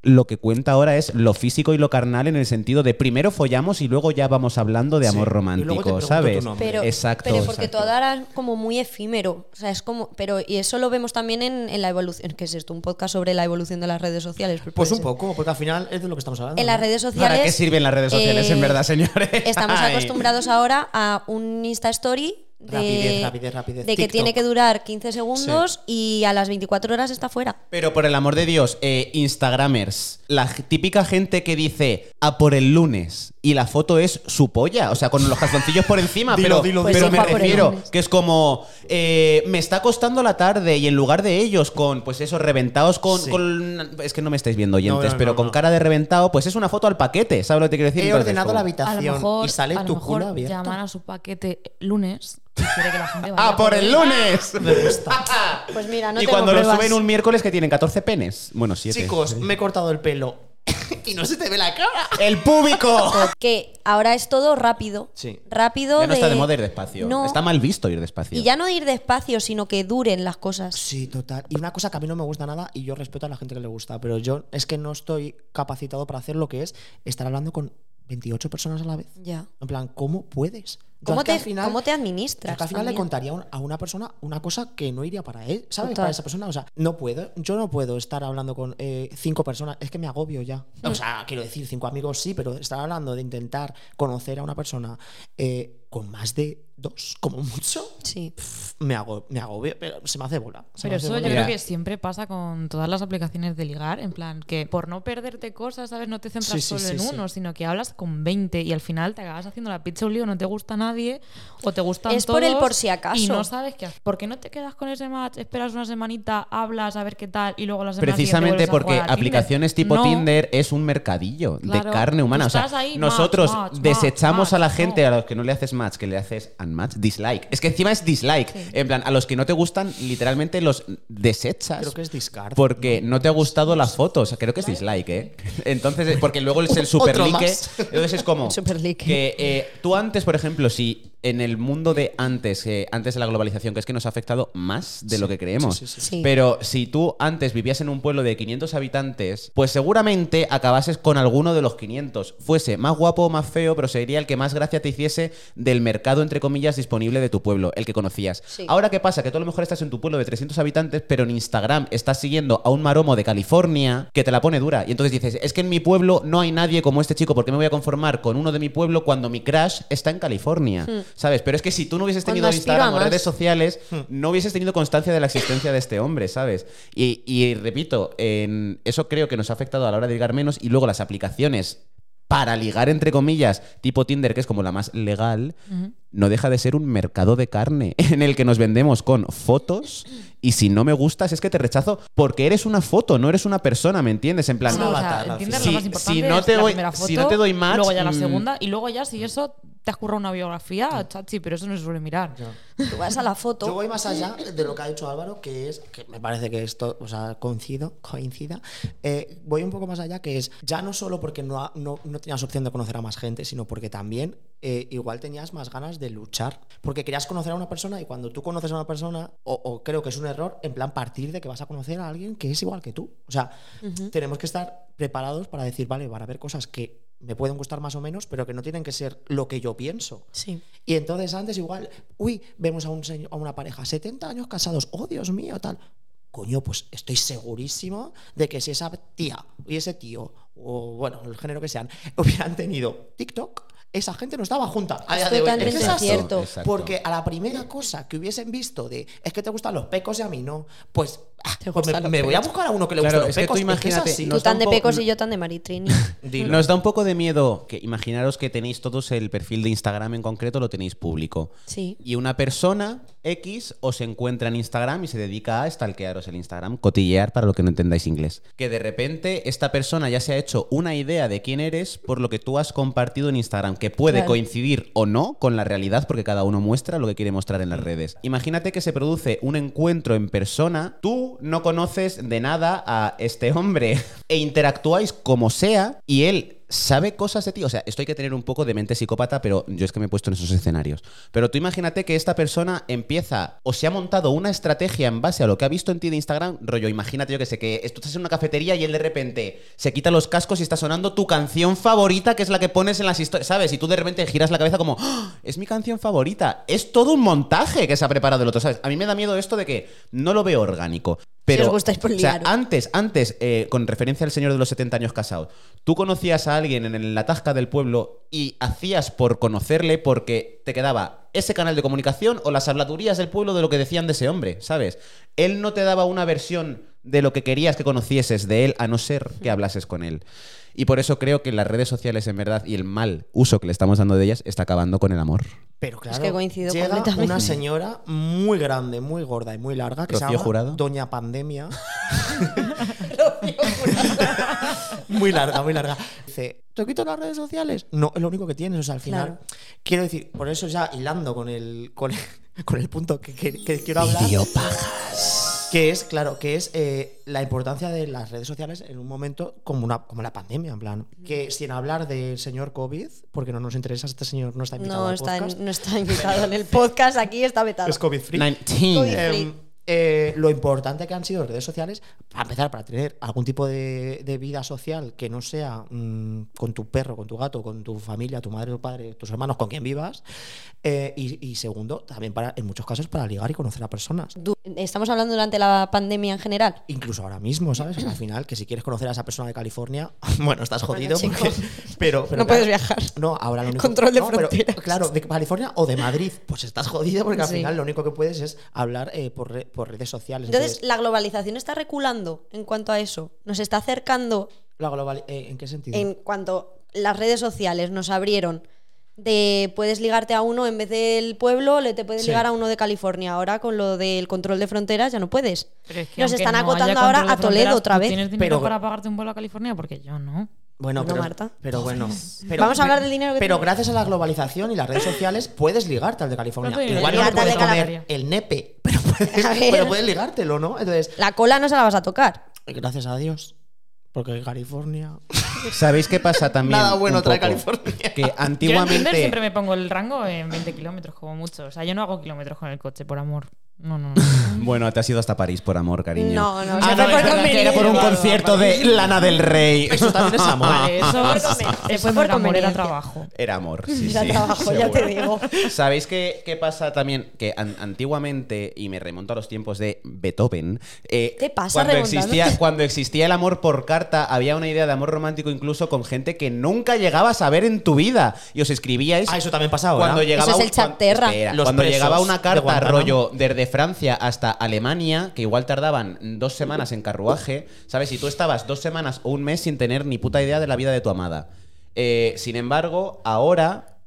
lo que cuenta ahora es lo físico y lo carnal en el sentido de primero follamos y luego ya vamos hablando de
Sí,
amor
y luego te
romántico,
pregunto tu
¿sabes?
nombre.
Pero,
exacto.
pero porque
exacto.
todo ahora es como muy efímero. O sea, es como. Pero, y eso lo vemos también en, en la evolución. ¿Qué es esto? Un podcast sobre la evolución de las redes sociales. Pues,
Pues
puede
un
ser.
poco, porque al final es de lo que estamos hablando.
En las
¿no?
redes sociales.
¿Para qué sirven las redes sociales,
eh,
en verdad, señores?
Estamos
Ay.
acostumbrados ahora a un Insta Story. De,
Rapidez, rapidez, rapidez.
de que
TikTok.
tiene que durar 15 segundos y a las 24 horas está fuera.
Pero por el amor de Dios, eh, Instagramers, la g- típica gente que dice a por el lunes y la foto es su polla, o sea, con los calzoncillos por encima,
Dilo,
pero,
dilo,
Pues
pero
sí,
me
fue a por el
refiero
lunes.
que es como eh, me está costando la tarde y en lugar de ellos con, pues eso, reventados con,
Sí.
con- es que no me estáis viendo oyentes,
No, no, no,
pero con
no.
cara de reventado, pues es una foto al paquete, ¿sabes lo que te quiero decir?
He
Entonces,
ordenado
como-
la habitación y sale
a lo
tu
mejor
culo abierto.
llaman a su paquete lunes. y quiere que la gente vaya
¡Ah, por el lunes!
Pues mira, no
y
tengo
cuando lo
pruebas.
suben un miércoles que tienen 14 penes. Bueno, 7.
Chicos, me he cortado el pelo. y no se te ve la cara.
¡El público!
Que ahora es todo rápido.
Sí.
Rápido.
Ya no está de moda ir despacio.
No.
Está mal visto ir despacio.
Y ya no ir despacio, sino que duren las cosas.
Sí, total. Y una cosa que a mí no me gusta nada, y yo respeto a la gente que le gusta, pero yo es que no estoy capacitado para hacer lo que es estar hablando con 28 personas a la vez.
Ya.
En plan, ¿cómo puedes? Yo
¿Cómo
es que
te,
al final-
¿Cómo te
yo
administras?
es que al final le
también?
contaría a una- a una persona una cosa que no iría para él, ¿sabes?
Total.
Para esa persona. O sea, no puedo, yo no puedo estar hablando con eh, cinco personas, es que me agobio ya. O sea, quiero decir, cinco amigos sí, pero estar hablando de intentar conocer a una persona eh, con más de dos, como mucho,
Sí.
pf, me, hago, me agobio, pero se me hace bola. se me
Pero
hace
eso yo
bola.
Mira.
creo que siempre pasa con todas las aplicaciones de ligar, en plan que por no perderte cosas, ¿sabes? No te centras
Sí, sí,
solo
sí,
en
sí.
uno, sino que hablas con 20 y al final te acabas haciendo la pizza un lío, no te gusta nadie o te gustan
Es por el
todos
por si acaso.
Y no sabes qué hacer. ¿Por qué no te quedas con ese match, esperas una semanita, hablas a ver qué tal y luego la semana
Precisamente
siguiente vuelves a
porque
jugar a Tinder?
aplicaciones tipo
No.
Tinder es un mercadillo de
Claro.
carne humana.
Tú
O sea,
estás ahí,
nosotros
match, match,
desechamos
match,
a la
match,
gente
no.
a los que no le haces match, que le haces unmatch, dislike. Es que encima es dislike. En plan, a los que no te gustan, literalmente los desechas.
Creo que es discard.
Porque no te ha gustado la foto. O sea, creo que es dislike, ¿eh? Entonces, porque luego es el
Otro
superlike.
más.
Entonces es como.
Superlike.
Que eh, tú antes, por ejemplo, si en el mundo de antes, eh, antes de la globalización, que es que nos ha afectado más de lo que creemos.
sí, sí,
sí. Sí.
Pero si tú antes vivías en un pueblo de 500 habitantes, pues seguramente acabases con alguno de los 500. Fuese más guapo o más feo, pero sería el que más gracia te hiciese del mercado, entre comillas, disponible de tu pueblo, el que conocías.
Sí.
Ahora, ¿qué pasa? Que tú a lo mejor estás en tu pueblo de 300 habitantes, pero en Instagram estás siguiendo a un maromo de California que te la pone dura. Y entonces dices, es que en mi pueblo no hay nadie como este chico, ¿por qué me voy a conformar con uno de mi pueblo cuando mi crush está en California? ¿Sabes? Pero es que si tú no hubieses
Cuando
tenido
aspiro a
Instagram o
más.
redes sociales, no hubieses tenido constancia de la existencia de este hombre, ¿sabes? Y, y repito, en- eso creo que nos ha afectado a la hora de ligar menos y luego las aplicaciones para ligar, entre comillas, tipo Tinder, que es como la más legal,
Ujú.
no deja de ser un mercado de carne en el que nos vendemos con fotos y si no me gustas es que te rechazo porque eres una foto, no eres una persona, ¿me entiendes? En plan, "Ah,
Sí,
No, o sea,
avatar, al
Tinder
final.
lo más
Si-
importante
si no
es
te
la
doy-
primera
si
foto,
no te doy match,
luego ya la
mm.
segunda y luego ya si eso te has currado una biografía, chachi, pero eso no se suele mirar.
Tú vas a la
Yo
foto.
voy más allá de lo que ha dicho Álvaro, que es, que me parece que esto, o sea, coincido, coincida. Eh, voy un poco más allá, que es ya no solo porque no, ha- no, no tenías opción de conocer a más gente, sino porque también eh, igual tenías más ganas de luchar. Porque querías conocer a una persona y cuando tú conoces a una persona, o, o creo que es un error, en plan partir de que vas a conocer a alguien que es igual que tú. O sea, tenemos que estar preparados para decir, vale, van a haber cosas que me pueden gustar más o menos, pero que no tienen que ser lo que yo pienso.
Sí.
Y entonces antes igual, uy, vemos a, un señor- a una pareja, 70 años casados, oh Dios mío, tal. Coño, pues estoy segurísimo de que si esa tía y ese tío, o bueno, el género que sean, hubieran tenido TikTok, esa gente no estaba junta. a día de hoy.
totalmente
Es que es así.
cierto.
Exacto.
Porque a la primera cosa que hubiesen visto de es que te gustan los pecos y a mí no, pues, ah,
Te
pues
gustan
me,
los
me voy a
pecos.
buscar a uno que le
Claro,
guste los
es que tú
pecos.
imagínate,
así.
nos
Tú tan
da
de
un po-
pecos y yo tan de Maritrini.
Dilo.
Nos da un poco de miedo que imaginaros que tenéis todos el perfil de Instagram en concreto, lo tenéis público.
Sí.
Y una persona X os encuentra en Instagram y se dedica a stalkearos el Instagram, cotillear para lo que no entendáis inglés. Que de repente esta persona ya se ha hecho una idea de quién eres por lo que tú has compartido en Instagram, que puede
Claro.
coincidir o no con la realidad porque cada uno muestra lo que quiere mostrar en las redes. Imagínate que se produce un encuentro en persona, tú no conoces de nada a este hombre e interactuáis como sea y él sabe cosas de ti. O sea, esto hay que tener un poco de mente psicópata, pero yo es que me he puesto en esos escenarios. Pero tú imagínate que esta persona empieza o se ha montado una estrategia en base a lo que ha visto en ti de Instagram. Rollo, imagínate, yo que sé, que tú estás en una cafetería y él de repente se quita los cascos y está sonando tu canción favorita, que es la que pones en las historias, ¿sabes? Y tú de repente giras la cabeza como, "¡Ah! es mi canción favorita. Es todo un montaje que se ha preparado el otro, ¿sabes? A mí me da miedo esto de que no lo veo orgánico. Pero,
os gustáis por
o sea,
liaros.
antes, antes, eh, con referencia al señor de los 70 años casados, tú conocías a alguien en la tasca del pueblo y hacías por conocerle porque te quedaba ese canal de comunicación o las habladurías del pueblo de lo que decían de ese hombre, ¿sabes? Él no te daba una versión de lo que querías que conocieses de él a no ser que hablases con él. Y por eso creo que las redes sociales en verdad y el mal uso que le estamos dando de ellas está acabando con el amor.
Pero claro,
que coincido
llega
completamente.
una señora muy grande, muy gorda y muy larga que se
¿Rocío
llama
Jurado?
Doña Pandemia. muy larga, muy larga. Dice, ¿te quito las redes sociales? No, es lo único que tienes, o sea, al final. Quiero decir, por eso ya hilando con el, con el, con el punto que, que- que quiero hablar. Que es, claro, que es eh, la importancia de las redes sociales en un momento como, una, como la pandemia, en plan.
Mm.
Que sin hablar del señor COVID, porque no nos interesa, este señor no está invitado
No
al
está,
podcast.
no está invitado en el podcast, aquí está vetado.
Es COVID free.
19.
Free.
Em, eh, lo importante que han sido las redes sociales, para empezar, para tener algún tipo de, de vida social que no sea mm, con tu perro, con tu gato, con tu familia, tu madre, tu padre, tus hermanos, con quien vivas. Eh, y, y segundo, también para, en muchos casos, para ligar y conocer a personas.
Du- Estamos hablando durante la pandemia en general.
Incluso ahora mismo, ¿sabes? Al final, que si quieres conocer a esa persona de California, bueno, estás jodido.
Bueno, chico.
porque- pero, pero
No puedes viajar.
No, ahora lo único
Control de
no, pero,
fronteras.
claro, de California o de Madrid, pues estás jodido porque al
Sí.
final lo único que puedes es hablar eh, por, re- por redes sociales.
Entonces, la globalización está reculando en cuanto a eso. Nos está acercando
La global- eh, ¿En qué sentido?
en cuanto las redes sociales nos abrieron de puedes ligarte a uno en vez del pueblo, le te puedes
Sí.
ligar a uno de California. Ahora con lo del control de fronteras ya no puedes.
Pero es que
nos
aunque
están
no
acotando
haya
ahora
control de
a Toledo
fronteras,
otra
¿tú
vez.
¿Tienes dinero
Pero-
para pagarte un vuelo a California? Porque yo no.
bueno,
no,
pero,
Marta.
pero bueno. Pero,
Vamos a hablar
pero-
del dinero que
Pero
tiene.
gracias a la globalización y las redes sociales puedes ligarte al de
No
California.
te digo,
Igual no te
ligarte al
puedes
de
comer
California.
el nepe, pero puedes,
A ver.
pero puedes ligártelo, ¿no? Entonces,
La cola no se la vas a tocar.
gracias a Dios. Porque California.
Pues
¿Sabéis qué pasa también?
Nada bueno
un
trae
poco?
California.
Que
Yo en Tinder
antiguamente
siempre me pongo el rango en 20 kilómetros, como mucho. O sea, yo no hago kilómetros con el coche, por amor. No, no, no.
Bueno, te has ido hasta París por amor, cariño.
No, no, se
Ah, no,
fue por
es verdad que
Era
era
conveniencia.
por un
Vale, vale,
concierto de Lana del Rey.
Eso también es amor.
Vale, eso
conveniencia.
eso fue por amor, era
Por
trabajo.
Era amor, sí,
Era
sí,
trabajo, ya te
seguro.
digo.
¿Sabéis qué, qué pasa también? Que an- antiguamente, y me remonto a los tiempos de Beethoven, eh,
¿Qué pasa,
cuando
remontándote?
existía, cuando existía el amor por carta, había una idea de amor romántico incluso con gente que nunca llegabas a ver en tu vida. Y os escribíais
Ah, eso también pasa ahora.
cuando llegaba
Eso es
un-
el chaterra.
cuan- espera,
Los
cuando
presos
llegaba una
de
carta
Guantánamo.
rollo desde Francia hasta Alemania que igual tardaban dos semanas en carruaje sabes si tú estabas dos semanas o un mes sin tener ni puta idea de la vida de tu amada Eh, sin embargo ahora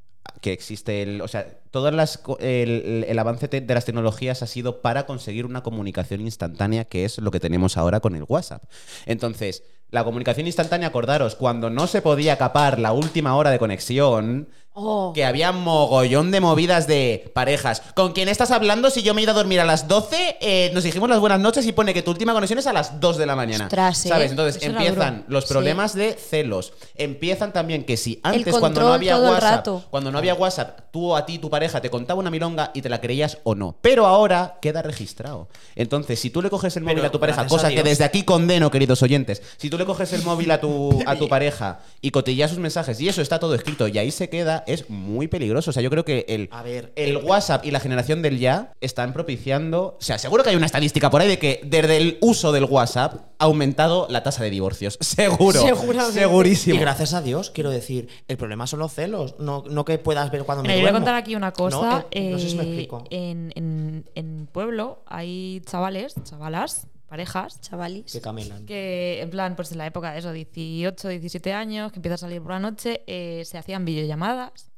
que existe el o sea todas las co- el, el- el avance te- de las tecnologías ha sido para conseguir una comunicación instantánea que es lo que tenemos ahora con el WhatsApp entonces la comunicación instantánea acordaros cuando no se podía capar la última hora de conexión
Oh.
Que había mogollón de movidas de parejas. ¿Con quién estás hablando? Si yo me he ido a dormir a las 12, eh, nos dijimos las buenas noches y pone que tu última conexión es a las 2 de la mañana.
Ostras, ¿eh?
¿Sabes? Entonces
Eso era
empiezan
duro.
los problemas de celos. Empiezan también que si antes,
control
cuando no había
todo el
WhatsApp,
rato.
cuando no había WhatsApp, tú a ti, tu pareja, te contaba una milonga y te la creías o no. Pero ahora queda registrado. Entonces, si tú le coges el móvil
Pero
a tu pareja,
gracias a
cosa que
Dios.
desde aquí condeno, queridos oyentes, si tú le coges el móvil a tu, a tu pareja y cotillas sus mensajes y eso está todo escrito y ahí se queda, es muy peligroso. O sea, yo creo que el,
A ver,
el
eh,
WhatsApp y la generación del ya están propiciando. O sea, seguro que hay una estadística por ahí de que desde el uso del WhatsApp ha aumentado la tasa de divorcios. Seguro.
Seguramente.
Segurísimo.
Y gracias a Dios, quiero decir, el problema son los celos, no, no que puedas ver cuando me
Mira, yo voy a
duermo.
contar aquí una cosa.
No, eh, no sé si me
eh,
explico.
En, en, en pueblo hay chavales, chavalas, parejas,
Chavalis.
Que caminan.
que en plan, pues en la época de eso, 18, 17 años, que empieza a salir por la noche, eh, se hacían videollamadas.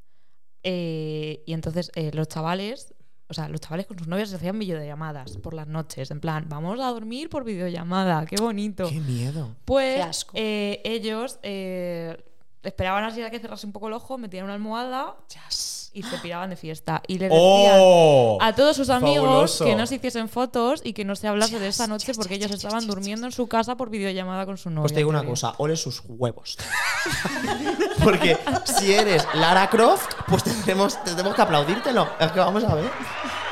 eh, y entonces eh, los chavales, o sea, los chavales con sus novias se hacían videollamadas por las noches. En plan, vamos a dormir por videollamada, qué bonito.
Qué miedo.
Pues
Qué asco.
eh, ellos eh, esperaban así a que cerrase un poco el ojo, metían una almohada y se piraban de fiesta. Y les decían
¡Oh!
a todos sus amigos
Fabuloso.
que no se hiciesen fotos y que no se hablase de esa noche porque ellos estaban durmiendo en su casa por videollamada con su novia.
Pues te digo una
también.
cosa, ole sus huevos. Porque si eres Lara Croft, pues tendremos, tendremos que aplaudírtelo. Es que vamos a ver.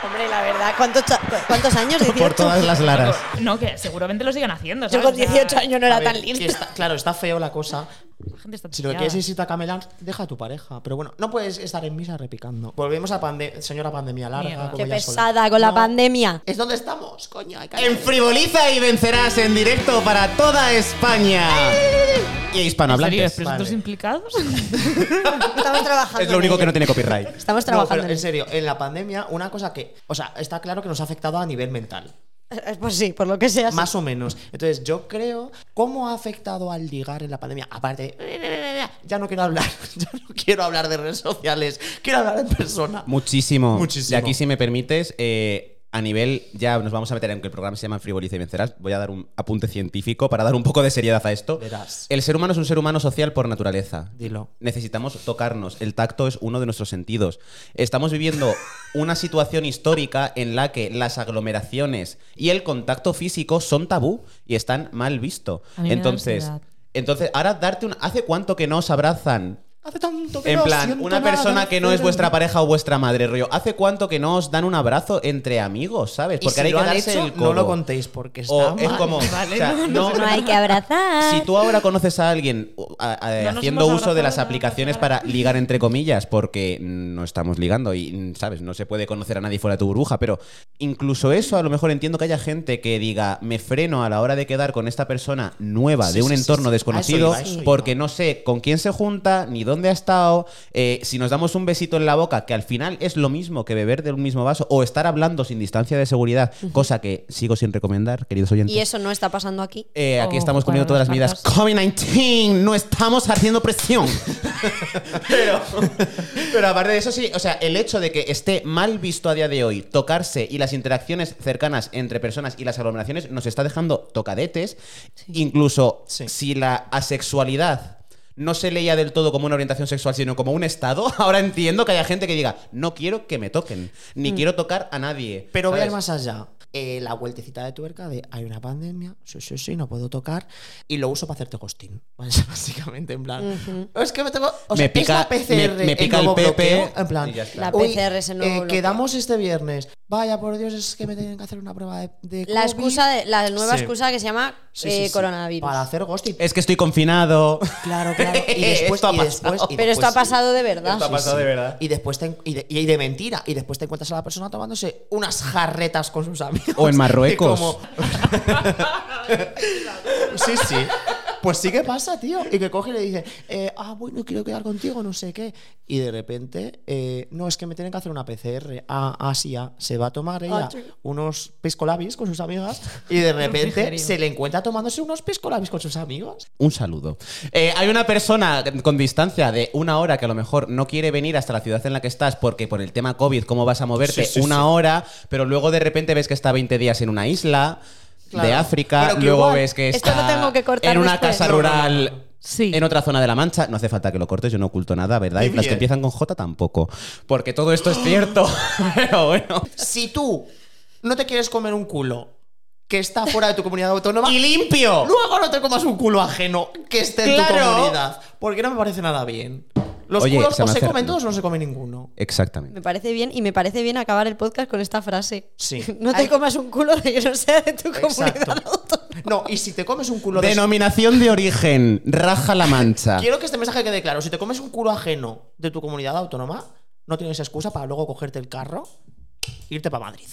Hombre, la verdad, ¿cuántos, cha- cu- cuántos años? 18.
Por todas las laras.
Pues, No, que seguramente lo sigan haciendo.
Yo
¿sabes?
con
O sea,
18 años no
A
era
ver,
tan
que
lista.
está- claro, está feo la cosa.
La gente está
Si lo que
pillada.
quieres es irte a camelar, deja a tu pareja. Pero bueno, no puedes estar en misa repicando. Volvemos a pande señora pandemia larga.
Mierda.
como
Qué
ella sola.
pesada con la
No,
pandemia.
Es donde estamos, coño. Hay que
En Frivoliza y vencerás en directo para toda España. Y
¿En serio?
hispanohablantes.
¿Expresos
vale.
implicados?
Estamos trabajando.
Es lo único
en
que no
ello.
tiene copyright.
Estamos
No,
trabajando.
pero
en
en serio, en la pandemia, una cosa que, o sea, está claro que nos ha afectado a nivel mental.
ello. Pues sí, por lo que sea. sí.
Más o menos. Entonces, yo creo, ¿cómo ha afectado al ligar en la pandemia? Aparte, de- ya no quiero hablar, ya no quiero hablar de redes sociales, quiero hablar en persona.
Muchísimo. Y
Muchísimo.
aquí, si me permites, eh, a nivel, ya nos vamos a meter, aunque el programa se llama Frivoliza y Vencerás, voy a dar un apunte científico para dar un poco de seriedad a esto.
Verás.
El ser humano es un ser humano social por naturaleza.
Dilo.
Necesitamos tocarnos. El tacto es uno de nuestros sentidos. Estamos viviendo una situación histórica en la que las aglomeraciones y el contacto físico son tabú y están mal visto.
A mí me da
entonces,
ansiedad.
entonces, ahora darte un. ¿Hace cuánto que no os abrazan?
Hace tanto que
En
no
plan,
siento
una
nada,
persona que no es
pero-
vuestra pareja o vuestra madre, rollo. ¿Hace cuánto que no os dan un abrazo entre amigos, sabes?
Y
Porque
si
ahora
lo
hay que
han
darse
hecho,
el
No lo
codo.
contéis porque está
O es
mal.
como.
Vale,
o sea,
no,
no-
No hay que abrazar.
si tú ahora conoces a alguien uh, a- a-
No nos
haciendo
hemos
uso de
abrazado,
las
no, no,
aplicaciones
no.
para ligar entre comillas, porque no estamos ligando y, mm, sabes, no se puede conocer a nadie fuera de tu burbuja, pero incluso eso a lo mejor entiendo que haya gente que diga, me freno a la hora de quedar con esta persona nueva de un entorno desconocido,
iba, a eso iba.
porque no sé con quién se junta, ni dónde ha estado, eh, si nos damos un besito en la boca, que al final es lo mismo que beber del mismo vaso, o estar hablando sin distancia de seguridad, cosa que sigo sin recomendar, queridos oyentes.
Y eso no está pasando aquí.
Eh, aquí
Oh,
estamos comiendo
bueno,
todas las
las
medidas. COVID-19, no estamos haciendo presión. pero, pero aparte de eso, sí, o sea, el hecho de que esté mal visto a día de hoy tocarse y las interacciones cercanas entre personas y las aglomeraciones nos está dejando tocadetes. Incluso
Sí.
si la asexualidad no se leía del todo como una orientación sexual, sino como un estado, ahora entiendo que haya gente que diga, no quiero que me toquen, ni quiero tocar a nadie.
Mm. Pero voy a ir
¿sabes?
más allá. Eh, la vueltecita de tuerca de hay una pandemia, sí, sí, sí, no puedo tocar. Y lo uso para hacerte ghosting. Básicamente, en plan. Es que me tengo. O
Me
sea, es la
pica- me-
PCR,
me pica el
nuevo
Pepe,
bloqueo, En plan.
y ya está.
La
"Uy,
PCR es el nuevo bloqueo".
Quedamos este viernes. Vaya, por Dios, es que me tienen que hacer una prueba de. de
La
COVID".
excusa, de- la nueva
Sí.
excusa que se llama
Sí,
eh,
sí, sí.
coronavirus.
Para hacer ghosting.
Es que estoy confinado.
Claro, claro. Y después,
Esto ha
y después-
pasado.
pues, y
Pero esto ha
después-
pasado de verdad.
Esto ha pasado de verdad.
Y después te en- y, de, y de mentira. Y después te encuentras a la persona tomándose unas jarretas con sus amigos.
O en Marruecos.
Y como- sí, sí. Pues sí que pasa, tío. Y que coge y le dice, eh, ah, bueno, quiero quedar contigo, no sé qué. Y de repente, eh, no, es que me tienen que hacer una PCR. Ah, ah, sí, ah. Se va a tomar ella
Ah, sí.
unos piscolabis con sus amigas. Y de repente
Refrigerio.
se le encuentra tomándose unos piscolabis con sus amigos.
Un saludo. Eh, hay una persona con distancia de una hora que a lo mejor no quiere venir hasta la ciudad en la que estás porque por el tema COVID, cómo vas a moverte
Sí, sí,
una
sí.
hora, pero luego de repente ves que está 20 días en una isla
Claro.
de África,
Pero que
luego
igual,
ves que
esto
está
lo tengo que cortar
en una
después.
casa
No,
rural
Sí.
en otra zona de la mancha. No hace falta que lo cortes, yo no oculto nada, ¿verdad?
Qué
Y las que
bien.
empiezan con J tampoco. Porque todo esto es cierto. Pero bueno.
Si tú no te quieres comer un culo que está fuera de tu comunidad autónoma,
¡Y limpio!
luego no te comas un culo ajeno que esté en
Claro.
tu comunidad. Porque no me parece nada bien. Los
Oye,
culos
se
o
me
se
hace-
comen todos o no se come ninguno.
Exactamente.
Me parece bien y me parece bien acabar el podcast con esta frase.
Sí.
No te
Ay.
comas un culo de que no sea de tu
Exacto.
comunidad autónoma.
No, y si te comes un culo de
Denominación de origen, raja la mancha.
Quiero que este mensaje quede claro. Si te comes un culo ajeno de tu comunidad autónoma, no tienes excusa para luego cogerte el carro e irte para Madrid.